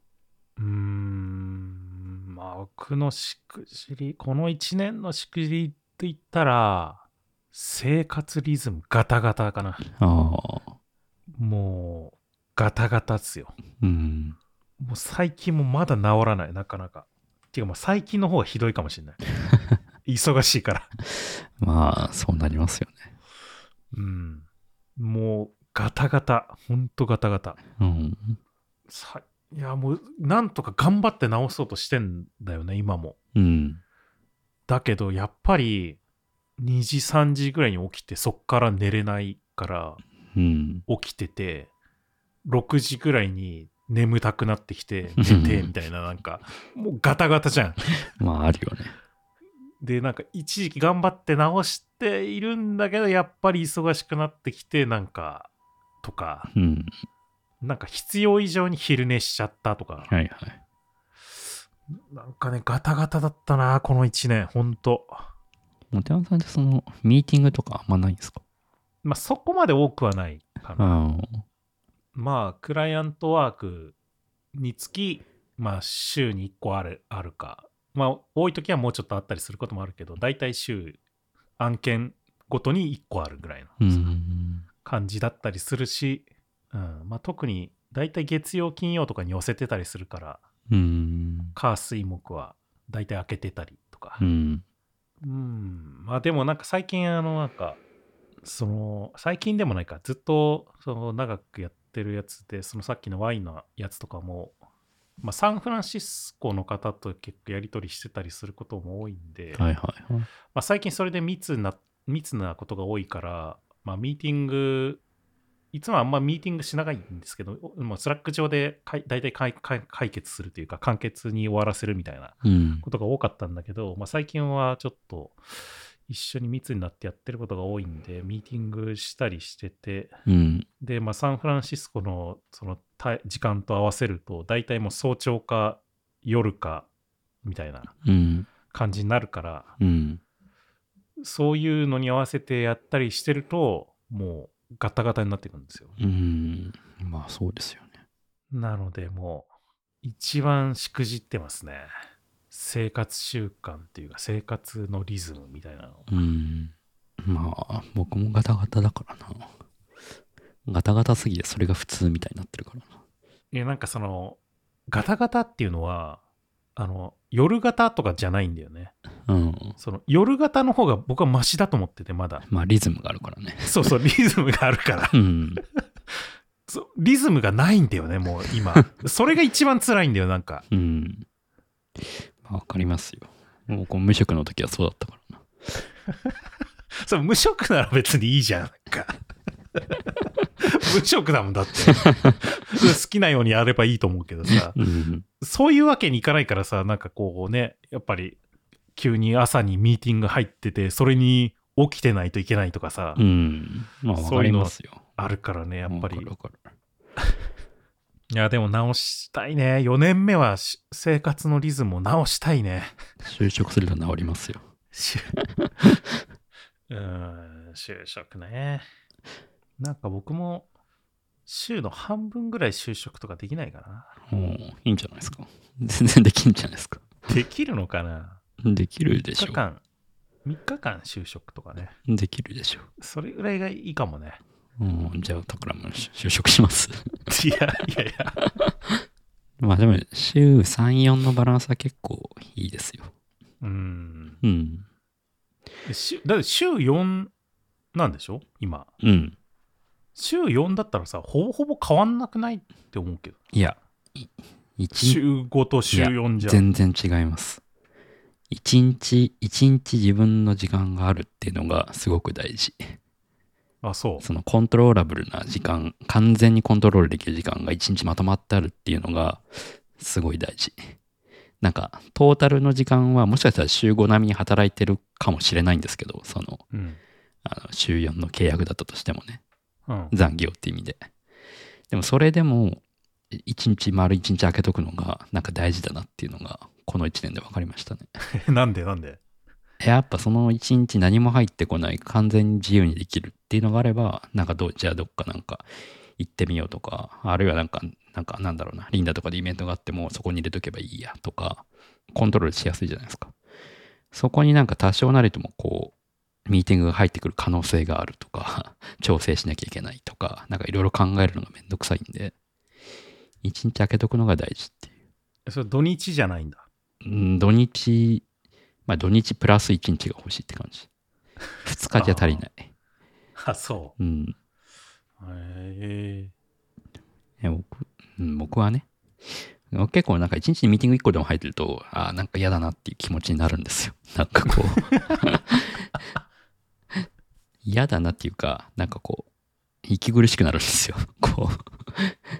Speaker 2: うーん、まあ、僕のしくじり、この1年のしくじりって言ったら、生活リズムガタガタかな。
Speaker 1: ああ、
Speaker 2: もう、ガタガタっすよ。
Speaker 1: うん。
Speaker 2: もう最近もまだ治らない、なかなか。ていうか、まあ、最近の方がひどいかもしれない。忙しいから。
Speaker 1: まあ、そうなりますよね。
Speaker 2: うん。もう、ガタガタ。ほんとガタガタ。
Speaker 1: うん。
Speaker 2: さいや、もう、なんとか頑張って治そうとしてんだよね、今も。
Speaker 1: うん。
Speaker 2: だけどやっぱり2時3時ぐらいに起きてそっから寝れないから
Speaker 1: うん。
Speaker 2: 起きてて6時ぐらいに眠たくなってきて寝てみたいななんかもうガタガタじゃん。
Speaker 1: まあ、あるよね。
Speaker 2: でなんか一時期頑張って直しているんだけどやっぱり忙しくなってきてなんかとか
Speaker 1: うん。
Speaker 2: なんか必要以上に昼寝しちゃったとか
Speaker 1: はいはい。
Speaker 2: なんかねガタガタだったなこの1年ほんと。
Speaker 1: 本山さんってその、ミーティングとかあんまないんですか
Speaker 2: まあそこまで多くはないかな。
Speaker 1: あ
Speaker 2: まあ、クライアントワークにつき、まあ、週に1個あるあるか、まあ、多い時はもうちょっとあったりすることもあるけど、大体週、案件ごとに1個あるぐらい
Speaker 1: あ。う
Speaker 2: の
Speaker 1: ん。
Speaker 2: 感じだったりするし、うんまあ、特に大体月曜、金曜とかに寄せてたりするから、
Speaker 1: うん。
Speaker 2: 火、水、木は大体開けてたりとか
Speaker 1: う。ん。
Speaker 2: うん、まあでもなんか最近あのなんかその最近でもないかずっとその長くやってるやつでそのさっきのワインのやつとかも、まあ、サンフランシスコの方と結構やり取りしてたりすることも多いんで、
Speaker 1: はいはいはい。
Speaker 2: まあ、最近それで密な密なことが多いから、まあ、ミーティングいつもあんまミーティングしないんですけど、おもうスラック上でかい大体解解解決するというか、簡潔に終わらせるみたいな
Speaker 1: うん
Speaker 2: こ。とが多かったんだけど、まあ、最近はちょっと一緒に密になってやってることが多いんで、ミーティングしたりしてて、
Speaker 1: うん。
Speaker 2: で、まあ、サンフランシスコのそのた時間と合わせると、大体もう早朝か夜かみたいな
Speaker 1: うん。
Speaker 2: 感じになるから、
Speaker 1: うん。
Speaker 2: そういうのに合わせてやったりしてると、もうガタガタになっていくんですよ。
Speaker 1: うん。まあそうですよね。
Speaker 2: なので、もう、一番しくじってますね。生活習慣っていうか、生活のリズムみたいなの。
Speaker 1: うん。まあ僕もガタガタだからな。ガタガタすぎてそれが普通みたいになってるからな。
Speaker 2: いや、なんかその、ガタガタっていうのは、あの、夜型とかじゃないんだよね。
Speaker 1: うん。
Speaker 2: その、夜型の方が僕はマシだと思ってて、まだ。
Speaker 1: まあリズムがあるからね。
Speaker 2: そうそう、リズムがあるから。
Speaker 1: うん。
Speaker 2: そうリズムがないんだよね、もう今。それが一番辛いんだよ、なんか。
Speaker 1: うん。まあわかりますよ。もうこう無職の時はそうだったからな。
Speaker 2: それ無職なら別にいいじゃん。なんか無職だもんだって。好きなようにやればいいと思うけどさ。
Speaker 1: うん。
Speaker 2: そういうわけにいかないからさ、なんかこうね、やっぱり急に朝にミーティング入ってて、それに起きてないといけないとかさ、
Speaker 1: うん。まあわかりますよ。
Speaker 2: あるからね、やっぱり。
Speaker 1: わかるわかる。
Speaker 2: いや、でも直したいね。4年目はし生活のリズムを直したいね。
Speaker 1: 就職すると治りますよ。
Speaker 2: し うーん、就職ね。なんか僕も、週の半分ぐらい就職とかできないかな。
Speaker 1: おーいいんじゃないですか。全然できんじゃないですか。
Speaker 2: できるのかな
Speaker 1: できるでし
Speaker 2: ?3 日
Speaker 1: ょ
Speaker 2: 間、3日間就職とかね。
Speaker 1: う。できるでしょ
Speaker 2: それぐらいがいいかもね。
Speaker 1: う。うん、じゃあ、宝も就職します。
Speaker 2: いやいやいや。
Speaker 1: まあでも、週3、4のバランスは結構いいですよ。
Speaker 2: うん。
Speaker 1: うん。
Speaker 2: 週だって週4なんでしょ今。
Speaker 1: うん。
Speaker 2: 週4だったらさ、ほぼほぼ変わんなくないって思うけど。
Speaker 1: いや、い一
Speaker 2: 週5と週4じゃん。
Speaker 1: 全然違います。一日、一日自分の時間があるっていうのがすごく大事。
Speaker 2: あ、そう。
Speaker 1: そのコントローラブルな時間、完全にコントロールできる時間が一日まとまってあるっていうのがすごい大事。なんか、トータルの時間はもしかしたら週5並みに働いてるかもしれないんですけど、その、
Speaker 2: うん。
Speaker 1: あの週4の契約だったとしてもね、
Speaker 2: うん。
Speaker 1: 残業って意味で。でもそれでも、一日、丸一日空けとくのがなんか大事だなっていうのが、この1年で分かりましたね。
Speaker 2: なん でなんで
Speaker 1: やっぱその一日何も入ってこない完全に自由にできるっていうのがあればなんかどうじゃあどっかなんか行ってみようとかあるいはなんかなんかなんだろうなリンダとかでイベントがあってもそこに入れとけばいいやとかコントロールしやすいじゃないですかそこになんか多少なりともこうミーティングが入ってくる可能性があるとか 調整しなきゃいけないとかなんかいろいろ考えるのがめんどくさいんで一日空けとくのが大事っていう
Speaker 2: それ土日じゃないんだ。
Speaker 1: うん土日、まあ土日プラス1日が欲しいって感じ。2日じゃ足りない。
Speaker 2: あ、そ
Speaker 1: うん。
Speaker 2: う。へえ
Speaker 1: いや僕うん僕はね、結構なんか1日にミーティング1個でも入ってると、ああ、なんか嫌だなっていう気持ちになるんですよ。 なんかこう。嫌だなっていうか、なんかこう、息苦しくなるんですよ。 こ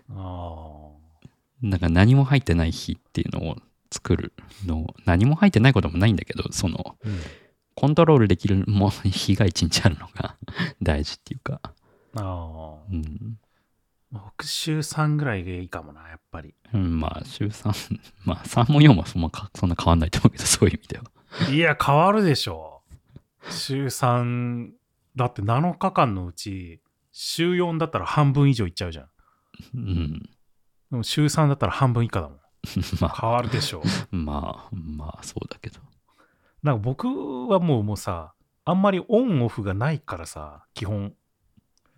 Speaker 2: あ
Speaker 1: う、なんか何も入ってない日っていうのを作るの、何も入ってないこともないんだけど、その、
Speaker 2: あ。うん。
Speaker 1: コントロールできるもの日が一日あるのが 大事っていうか、
Speaker 2: ああ。
Speaker 1: うん、
Speaker 2: 僕、週3ぐらいがいいかもな、やっぱり。
Speaker 1: うんまあ週3まあ3も4もそんなかそんな変わんないと思うけどそういう意味ではい
Speaker 2: や、変わるでしょ。週3、だって7日間のうち、週4だったら半分以上いっちゃうじゃん。
Speaker 1: うん
Speaker 2: でも週3だったら半分以 下だもん。
Speaker 1: まあ
Speaker 2: 変わるでしょ。
Speaker 1: まあまあそうだけど
Speaker 2: なんか僕はもうもうさ、あんまりオンオフがないからさ、基本。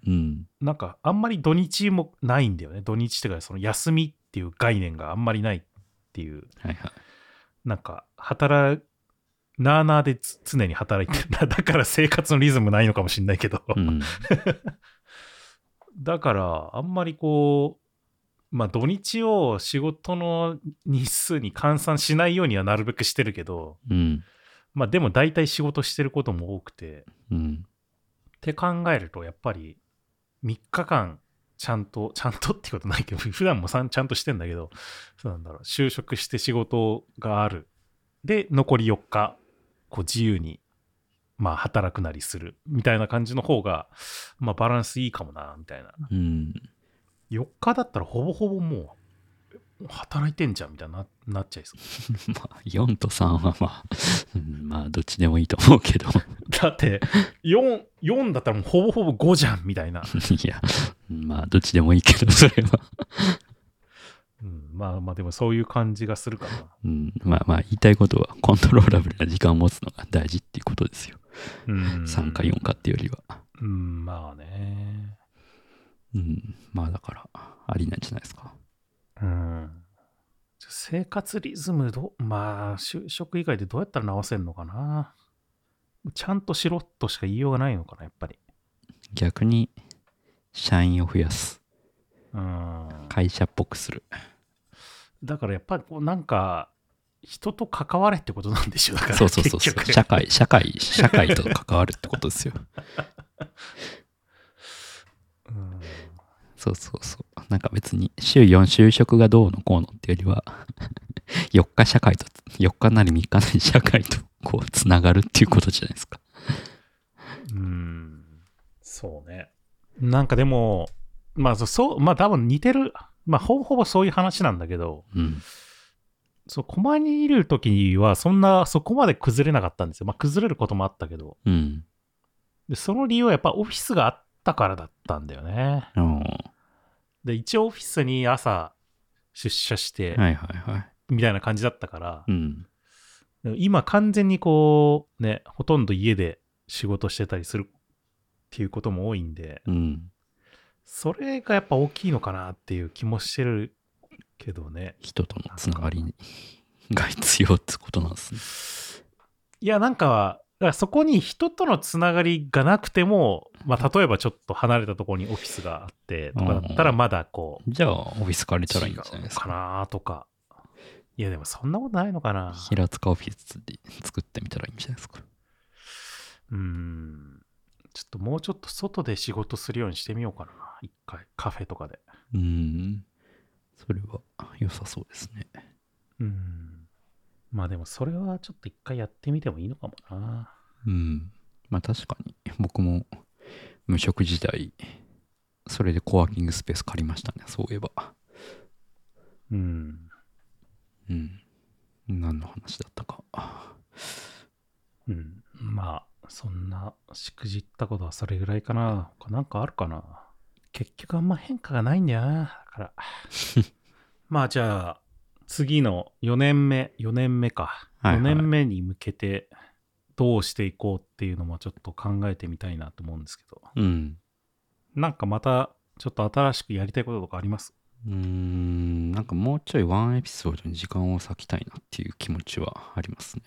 Speaker 1: うん
Speaker 2: なんかあんまり土日もないんだよね。土日ってか、その休みっていう概念があんまりないっていう。
Speaker 1: はいはい
Speaker 2: なんか、働、なあなあでつ常に働いてる。だから生活のリズムないのかもしれないけど。
Speaker 1: うん
Speaker 2: だから、あんまりこう、まあ土日を仕事の日数に換算しないようにはなるべくしてるけど、
Speaker 1: うん
Speaker 2: まあでも大体仕事してることも多くて、
Speaker 1: うん
Speaker 2: って考えるとやっぱり3日間、ちゃんと、ちゃんとってことないけど、 普段もさんちゃんとしてんだけど、そうなんだろう、就職して仕事がある。で、残り4日、こう自由に、まあ、働くなりするみたいな感じの方が、まあ、バランスいいかもな、みたいな。
Speaker 1: うん。
Speaker 2: 4日だったらほぼほぼもう働いてんじゃんみたいにななっちゃいそう
Speaker 1: まあ、4と3はまあ、うんまあ、どっちでもいいと思うけど。
Speaker 2: だって 4, 4だったらもうほぼほぼ5じゃんみたいな、
Speaker 1: いや、まあ、どっちでもいいけど、それは。
Speaker 2: うん、まあまあでもそういう感じがするかな
Speaker 1: うん、まあまあ、言いたいことは、コントローラブルな時間を持つのが大事っていうことですよ。
Speaker 2: うん
Speaker 1: 3か4かっていうよりは。
Speaker 2: うんまあね
Speaker 1: うん、まあ、だから、ありなんじゃないですか。
Speaker 2: うん生活リズムどうまあ就職以外でどうやったら直せるのかなちゃんとしろとしか言いようがないのかなやっぱり
Speaker 1: 逆に、社員を増やす。
Speaker 2: うん
Speaker 1: 会社っぽくする。
Speaker 2: だからやっぱりこうなんか人と関われってことなんでしょだから
Speaker 1: そうそうそうそう。
Speaker 2: 結局
Speaker 1: 社会、社会、社会と関わるってことですよ。
Speaker 2: うん
Speaker 1: そうそうそう。なんか別に週4就職がどうのこうのってよりは 4日社会と4日なり3日なり社会とこうつながるっていうことじゃないですか。
Speaker 2: うんそうね。なんかでも、まあそそう、まあ多分似てる、まあほぼほぼそういう話なんだけど、
Speaker 1: うん。
Speaker 2: そう、狛江にいる時はそんな、そこまで崩れなかったんですよ。まあ崩れることもあったけど、
Speaker 1: うん。
Speaker 2: でその理由はやっぱオフィスがあったからだったんだよね。
Speaker 1: あのは
Speaker 2: で、一応オフィスに朝出社し
Speaker 1: い
Speaker 2: て、
Speaker 1: はいはい。
Speaker 2: みたいな感じだったから
Speaker 1: う、ん。
Speaker 2: でも今完全にこう、ね、ほとんど家で仕事してたりするっていうことも多いんで、
Speaker 1: うん。
Speaker 2: それがやっぱ大きいのかなっていう気もしてるけどね。
Speaker 1: 人とのつながりが必要ってことなんですね。
Speaker 2: いや、なんか、だからそこに人とのつながりがなくても、まあ、例えばちょっと離れたところにオフィスがあってとかだったら、まだこう、
Speaker 1: じゃあ、オフィス借りたらいいんじゃ
Speaker 2: 違
Speaker 1: な
Speaker 2: う
Speaker 1: い
Speaker 2: の
Speaker 1: ですか。
Speaker 2: かなとか。いや、でもそんなことないのかな。
Speaker 1: 平塚オフィスで作ってみたらいいんじゃないですか。
Speaker 2: うーん。ちょっともうちょっと外で仕事するようにしてみようかな。一回、カフェとかで。
Speaker 1: うん。それは良さそうですね。
Speaker 2: うん。まあでもそれはちょっと一回やってみてもいいのかもな。
Speaker 1: うん。まあ確かに、僕も無職時代、それでコワーキングスペース借りましたね、そういえば。
Speaker 2: うん。
Speaker 1: うん。何の話だったか。
Speaker 2: うん、まあそんなしくじったことはそれぐらいかな他なんかあるかな結局あんま変化がないんだよなだから まあじゃあ次の4年目4年目か、
Speaker 1: はいはい
Speaker 2: 4年目に向けてどうしていこうっていうのもちょっと考えてみたいなと思うんですけど
Speaker 1: うん。
Speaker 2: なんかまたちょっと新しくやりたいこととかあります
Speaker 1: うーん、なんかもうちょいワンエピソードに時間を割きたいなっていう気持ちはありますね。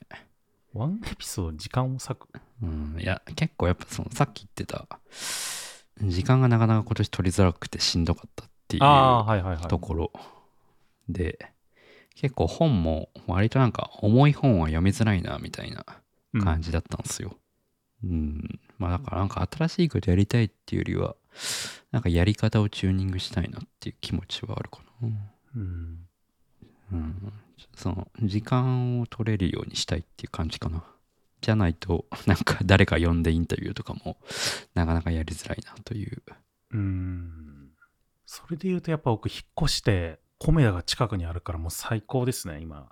Speaker 2: ワンエピソード時間を割く
Speaker 1: うん、いや、結構やっぱその、さっき言ってた、時間がなかなか今年取りづらくてしんどかったっていう
Speaker 2: ああはいはいはい
Speaker 1: ところで、結構本も割となんか重い本は読みづらいなみたいな感じだったんですよ。うん、まあだからなんか新しいことやりたいっていうよりは、なんかやり方をチューニングしたいなっていう気持ちはあるかな。
Speaker 2: うん、
Speaker 1: うん、その時間を取れるようにしたいっていう感じかな。じゃないと、 なんか誰か呼んでインタビューとかもなかなかやりづらいなという。
Speaker 2: うんそれで言うとやっぱ僕引っ越してコメダが近くにあるからもう最高ですね今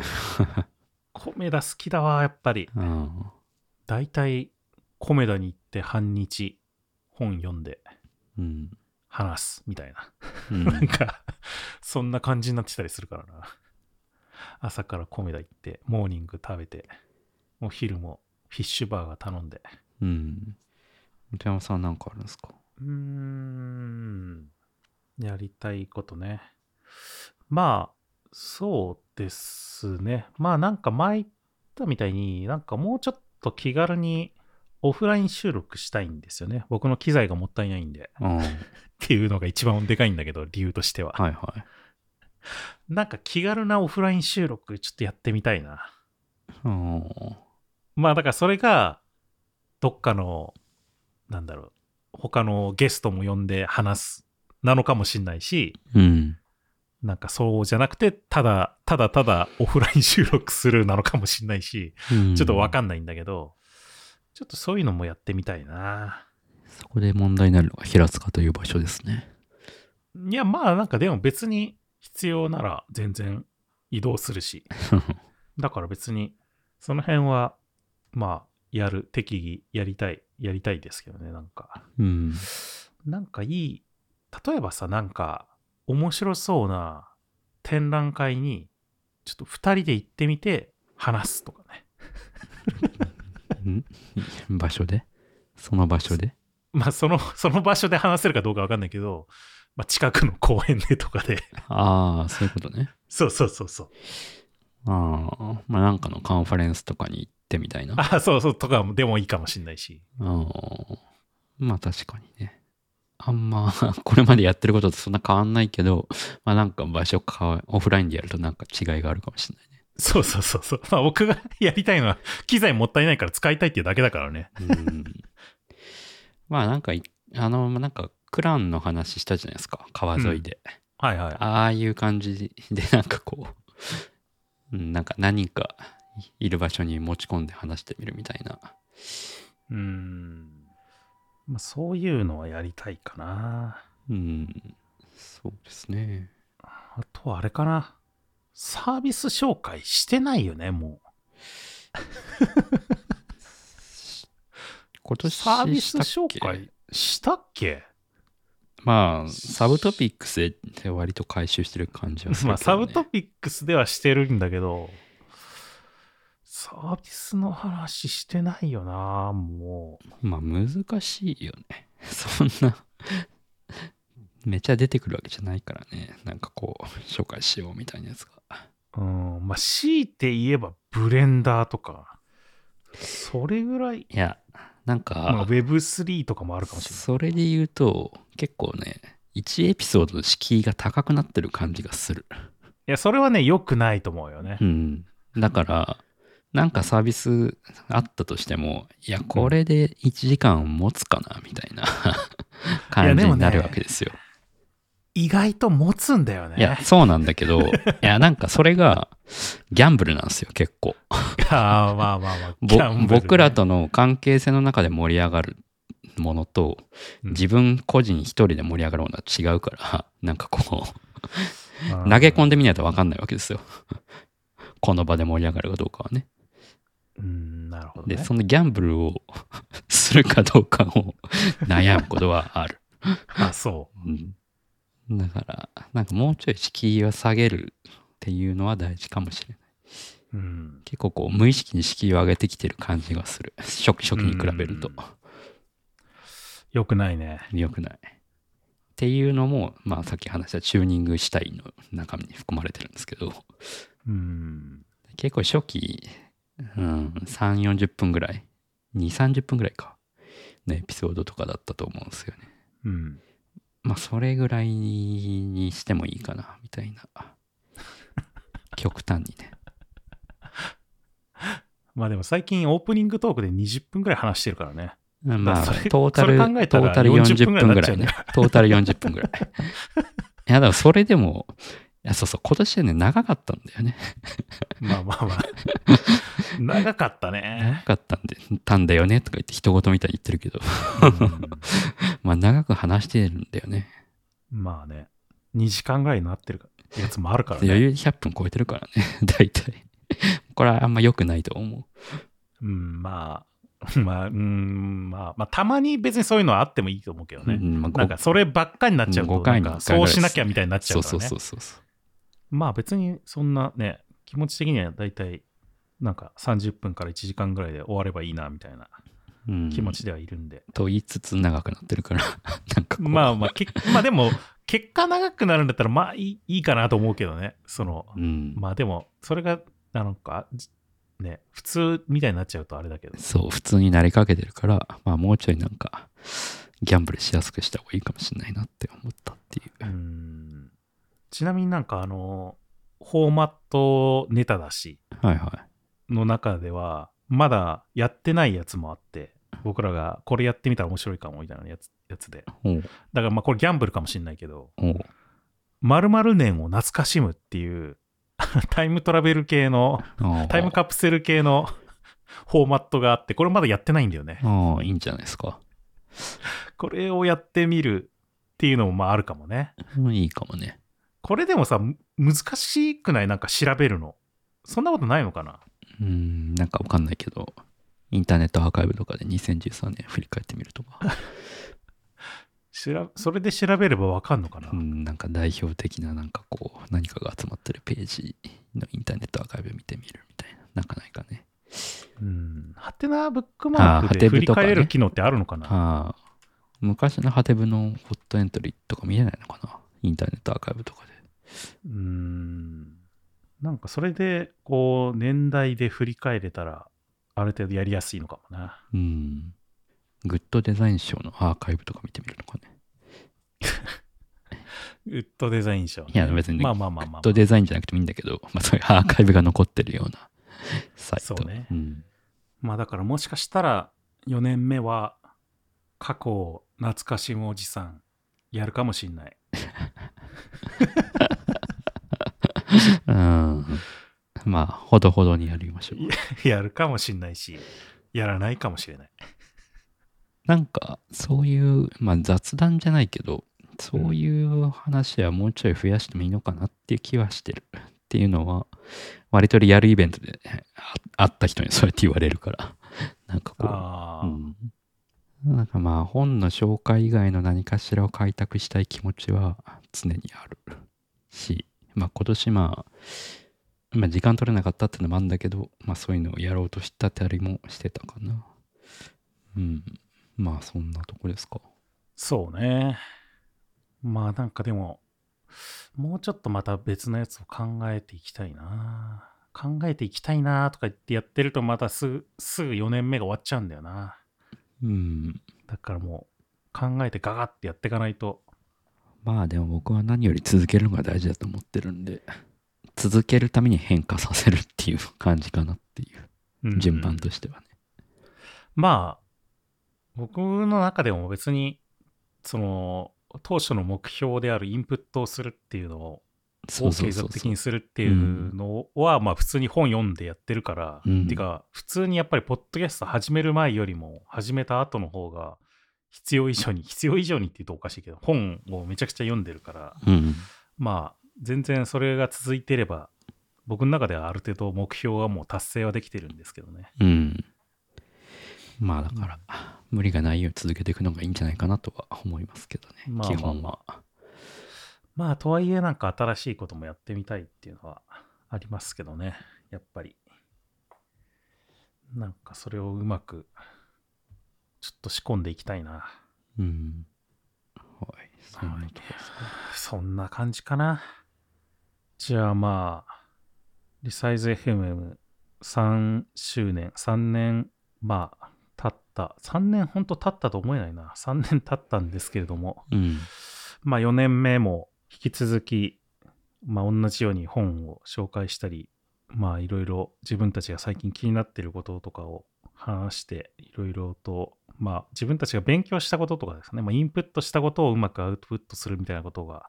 Speaker 2: コメダ好きだわやっぱり
Speaker 1: うん、
Speaker 2: だいたいコメダに行って半日本読んで
Speaker 1: うん、
Speaker 2: 話すみたいな、
Speaker 1: う
Speaker 2: なん
Speaker 1: ん、
Speaker 2: かそんな感じになってたりするからな朝からコメダ行ってモーニング食べてお昼もフィッシュバーガー頼んで
Speaker 1: うん。本山さんなんかあるんですか
Speaker 2: うーん。やりたいことね。まあ、そうですね。まあなんか前言ったみたいに、なんかもうちょっと気軽にオフライン収録したいんですよね。僕の機材がもったいないんで。
Speaker 1: うん、はい
Speaker 2: っていうのが一番でかいんだけど、理由としては。
Speaker 1: はい。
Speaker 2: なんか気軽なオフライン収録ちょっとやってみたいな。
Speaker 1: うん
Speaker 2: まあだからそれが、どっかの、なんだろう、他のゲストも呼んで話すなのかもしんないし、
Speaker 1: うん。
Speaker 2: なんかそうじゃなくて、ただ、ただただオフライン収録するなのかもしんないし、
Speaker 1: うん
Speaker 2: ちょっとわかんないんだけど、ちょっとそういうのもやってみたいな。
Speaker 1: そこで問題になるのが平塚という場所ですね。
Speaker 2: いや、まあなんかでも別に必要なら全然移動す るし、だから別にその辺は、まあ、やる、適宜やりたい、やりたいですけどね、なんか。
Speaker 1: うん。
Speaker 2: なんかいい、例えばさ、なんか面白そうな展覧会に、ちょっと2人で行ってみて話すとかね。
Speaker 1: ん場所でその場所で
Speaker 2: まあその、 その場所で話せるかどうかわかんないけど、まあ近くの公園でとかで。
Speaker 1: ああ、そういうことね。
Speaker 2: そうそうそうそう。
Speaker 1: ああ、まあなんかのカンファレンスとかに行ってみたいな。あ
Speaker 2: あ、そうそう、とかでもいいかもしんないし。
Speaker 1: あまあ確かにね。あんま、 これまでやってることとそんな変わんないけど、まあなんか場所変わ、オフラインでやるとなんか違いがあるかもしれない。
Speaker 2: そうそうそうそう。まあ僕がやりたいのは、機材もったいないから使いたいっていうだけだからね。
Speaker 1: うん、 まあなんかい、あの、まあなんか、クランの話したじゃないですか。川沿いで。
Speaker 2: はいはい。
Speaker 1: ああいう感じで、なんかこう、 うんなんか何かいる場所に持ち込んで話してみるみたいな。
Speaker 2: うーん。まあそういうのはやりたいかな。
Speaker 1: うん、そうですね。
Speaker 2: あとはあれかな。サービス紹介してないよね、も
Speaker 1: 今
Speaker 2: う。
Speaker 1: 年
Speaker 2: サービス紹
Speaker 1: したっけ
Speaker 2: 介したっけ
Speaker 1: まあ、サブトピックスで割と回収してる感じはするけど、ね。
Speaker 2: まあ、サブトピックスではしてるんだけど、サービスの話してないよな、もう。
Speaker 1: まあ、難しいよね。 そんな、めちゃ出てくるわけじゃないからね。なんかこう、紹介しようみたいなやつが。
Speaker 2: うん、まあ、強いて言えばブレンダーとか、それぐらい、
Speaker 1: いや、なん
Speaker 2: まあ、
Speaker 1: か、
Speaker 2: Web3 とかもあるかもしれない。
Speaker 1: それで言うと、結構ね、1エピソードの敷居が高くなってる感じがする。
Speaker 2: いや、それはね、良くないと思うよね
Speaker 1: う。ん、だから、なんかサービスあったとしても、いや、これで1時間持つかな、みたい な感じになるわけですよ。
Speaker 2: 意外と持つんだよね。
Speaker 1: いや、そうなんだけど、いや、なんかそれがギャンブルなんですよ、結構。
Speaker 2: ああ、まあまあまあ。
Speaker 1: ぼ
Speaker 2: ギャンブルね
Speaker 1: 僕ら、との関係性の中で盛り上がるものと、
Speaker 2: うん
Speaker 1: 自分個人一人で盛り上がるものは違うから、なんかこう、投げ込んでみないと分かんないわけですよ。この場で盛り上がるかどうかはね。
Speaker 2: うんうん、なるほど、ね。
Speaker 1: で、そのギャンブルを するかどうかを悩むことはある。
Speaker 2: あ、そう。
Speaker 1: うんだから、なんかもうちょい敷居を下げるっていうのは大事かもしれない。
Speaker 2: うん、
Speaker 1: 結構こう無意識に敷居を上げてきてる感じがする。初期初期に比べると
Speaker 2: よくないね。
Speaker 1: 良くない。っていうのも、まあさっき話したチューニングしたいの中身に含まれてるんですけど、
Speaker 2: うん。
Speaker 1: 結構初期、うん、3、40分ぐらい、2、30分ぐらいか、のエピソードとかだったと思うんですよね。
Speaker 2: うん。
Speaker 1: まあ、それぐらいにしてもいいかな、みたいな。極端に ね。
Speaker 2: まあでも最近オープニングトークで20分ぐらい話してるからね。
Speaker 1: まあ、
Speaker 2: それ
Speaker 1: トータル、
Speaker 2: それ考えた
Speaker 1: ト
Speaker 2: ら
Speaker 1: ータル
Speaker 2: 40
Speaker 1: 40
Speaker 2: 分
Speaker 1: 分ぐ
Speaker 2: ぐらいになっ
Speaker 1: ら
Speaker 2: ちゃう
Speaker 1: い
Speaker 2: ね
Speaker 1: ね。トータル40分ぐらい。いや、でもそれでも、いや、そうそう、今年はね、長かったんだよね。
Speaker 2: まあま あまあ。長かった
Speaker 1: 長
Speaker 2: ね。
Speaker 1: かったんで、たんだよね、とか言って、人言みたいに言ってるけど、
Speaker 2: うん
Speaker 1: まあ、長く話してるんだよね。
Speaker 2: まあね。2時間ぐらいになってるやつもあるから
Speaker 1: 余
Speaker 2: ね。
Speaker 1: 裕100分超えてるからね、 大体。これはあんま良くないと思う。
Speaker 2: うん、まあ、まあ、うん、まあ、まあ、たまに別にそういうのはあってもいいと思うけどね。
Speaker 1: うんまあご
Speaker 2: なんかそればっかになっちゃう
Speaker 1: うん
Speaker 2: と、
Speaker 1: 5
Speaker 2: な
Speaker 1: 回
Speaker 2: ん
Speaker 1: に1
Speaker 2: か
Speaker 1: 回ぐ
Speaker 2: そ
Speaker 1: ら
Speaker 2: う
Speaker 1: いです
Speaker 2: しなきゃみたいになっちゃ
Speaker 1: そうう
Speaker 2: か
Speaker 1: そ
Speaker 2: ら
Speaker 1: う
Speaker 2: ね
Speaker 1: そ。うそうそう。
Speaker 2: まあ別にそんなね、気持ち的には大体、なんか30分から1時間ぐらいで終わればいいなみたいな
Speaker 1: うん
Speaker 2: 気持ちではいるんで。
Speaker 1: と言いつつ長くなってるから、 なんかこう
Speaker 2: まあまあ、け まあでも、結果長くなるんだったら、まあいいいいかなと思うけどね。その、
Speaker 1: うん、
Speaker 2: まあでも、それが、なんか、じね、普通みたいになっちゃうとあれだけど。
Speaker 1: そう、普通になりかけてるから、まあもうちょいなんか、ギャンブルしやすくした方がいいかもしれないなって思ったっていうう。
Speaker 2: んちなみになんかあの、フォーマットネタだし、
Speaker 1: はいは
Speaker 2: の中では、まだやってないやつもあって、僕らがこれやってみたら面白いかもみたいなやつやつで。
Speaker 1: おう
Speaker 2: だからまあこれギャンブルかもしれないけど、
Speaker 1: おう
Speaker 2: 〇〇年を懐かしむっていう タイムトラベル系の
Speaker 1: ああ
Speaker 2: タイムカプセル系のフォーマットがあってこれまだやってないんだよね
Speaker 1: ああいいんじゃないですか。
Speaker 2: これをやってみるっていうのもまああるかもね
Speaker 1: うんいいかもね。
Speaker 2: これでもさむ難しくないなんか調べるのそんなことないのかな
Speaker 1: うん、なんかわかんないけど、インターネットアーカイブとかで2013年振り返ってみるとか、
Speaker 2: しらそれで調べればわかんのかな、
Speaker 1: うん、なんか代表的ななんかこう、何かが集まってるページのインターネットアーカイブ見てみるみたいな、なかなかね。
Speaker 2: うんハテナブックマークで
Speaker 1: あーハテブ
Speaker 2: 振り
Speaker 1: とかね
Speaker 2: 返れる機能ってあるのかな
Speaker 1: ああ、昔のハテブのホットエントリーとか見れないのかなインターネットアーカイブとかで。
Speaker 2: うんなんかそれでこう年代で振り返れたらある程度やりやすいのかもな
Speaker 1: うん。グッドデザイン賞のアーカイブとか見てみるのかね。
Speaker 2: ウッドデザイン賞、ね。
Speaker 1: いや別にね
Speaker 2: まあまあまあ
Speaker 1: グ
Speaker 2: ま
Speaker 1: ッ
Speaker 2: あ、
Speaker 1: ドデザインじゃなくてもいいんだけど、まあそういうアーカイブが残ってるようなサイト。
Speaker 2: そうね
Speaker 1: うん。
Speaker 2: まあだからもしかしたら4年目は過去を懐かしむおじさんやるかもしんない。
Speaker 1: うん。まあ、ほどほどにやりましょう。
Speaker 2: やるかもしんないし、やらないかもしれない。
Speaker 1: なんか、そういう、まあ雑談じゃないけど、そういう話はもうちょい増やしてもいいのかなっていう気はしてる。っていうのは、割とリアルイベントであ会った人にそうやって言われるから、なんかこう、
Speaker 2: ああ、
Speaker 1: うん、なんかまあ本の紹介以外の何かしらを開拓したい気持ちは常にあるし、まあ、今年まあ、まあ、時間取れなかったっていうのもあるんだけど、まあ、そういうのをやろうとしたたりもしてたかなうんまあそんなとこですか
Speaker 2: そうね。まあなんかでも、もうちょっとまた別のやつを考えていきたいな。考えていきたいなとか言ってやってるとまたすぐ、すぐ4年目が終わっちゃうんだよな。
Speaker 1: うん
Speaker 2: だからもう考えてガガってやっていかないと
Speaker 1: まあでも僕は何より続けるのが大事だと思ってるんで続けるために変化させるっていう感じかなっていう
Speaker 2: うん
Speaker 1: 順番としてはね
Speaker 2: まあ僕の中でも別にその当初の目標であるインプットをするっていうのを
Speaker 1: そ
Speaker 2: を
Speaker 1: うそ
Speaker 2: 継
Speaker 1: うそう
Speaker 2: 続
Speaker 1: そう
Speaker 2: 的にするっていうのはまあ普通に本読んでやってるから、
Speaker 1: うん
Speaker 2: てか普通にやっぱりポッドキャスト始める前よりも始めた後の方が必要以上に 必要以上にって言うとおかしいけど本をめちゃくちゃ読んでるから
Speaker 1: うん
Speaker 2: まあ全然それが続いてれば僕の中ではある程度目標はもう達成はできてるんですけどね。
Speaker 1: うん。まあだから、無理がないように続けていくのがいいんじゃないかなとは思いますけどね。
Speaker 2: まあ
Speaker 1: 基本は。
Speaker 2: まあとはいえなんか新しいこともやってみたいっていうのはありますけどねやっぱりなんかそれをうまくちょっと仕込んでいきたいな
Speaker 1: うん。はい。そんなとこですか。
Speaker 2: そんな感じかなじゃあまあリサイズ FMM3 周年3年まあ経った3年ほんと経ったと思えないな3年経ったんですけれども
Speaker 1: うん。
Speaker 2: まあ4年目も引き続き、まあ同じように本を紹介したり、まあいろいろ自分たちが最近気になっていることとかを話して、いろいろと、まあ自分たちが勉強したこととかですね、まあインプットしたことをうまくアウトプットするみたいなことが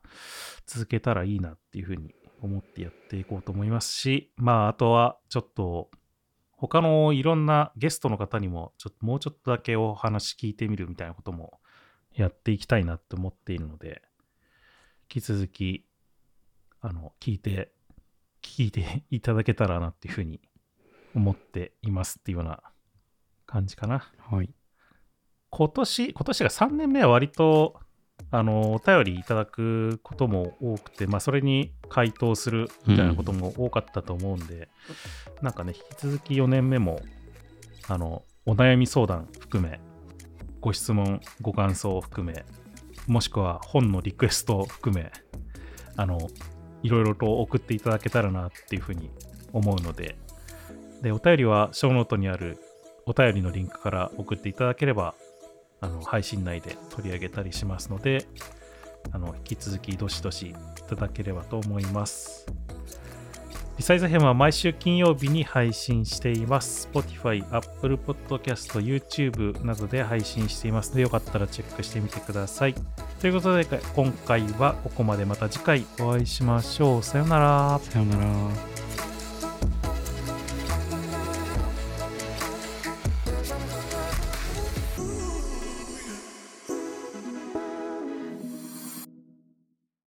Speaker 2: 続けたらいいなっていうふうに思ってやっていこうと思いますし、まああとはちょっと他のいろんなゲストの方にも、ちょっともうちょっとだけお話聞いてみるみたいなこともやっていきたいなって思っているので、引き続き、あの、聞いて、聞いていただけたらなっていうふうに思っていますっていうような感じかな。
Speaker 1: はい。
Speaker 2: 今年、今年が3年目は割と、あの、お便りいただくことも多くて、まあ、それに回答するみたいなことも多かったと思うんで、なんかね、引き続き4年目も、あの、お悩み相談含め、ご質問、ご感想を含め、もしくは本のリクエストを含め、あの、いろいろと送っていただけたらなっていうふうに思うので、で、お便りは、ショーノートにあるお便りのリンクから送っていただければ、あの配信内で取り上げたりしますのであの引き続きどしどしいただければと思いますリサイズ編は毎週金曜日に配信しています。Spotify、Apple Podcast、YouTube などで配信していますので、よかったらチェックしてみてください。ということで、今回はここまでまた次回お会いしましょう。さようなら。
Speaker 1: さよなら。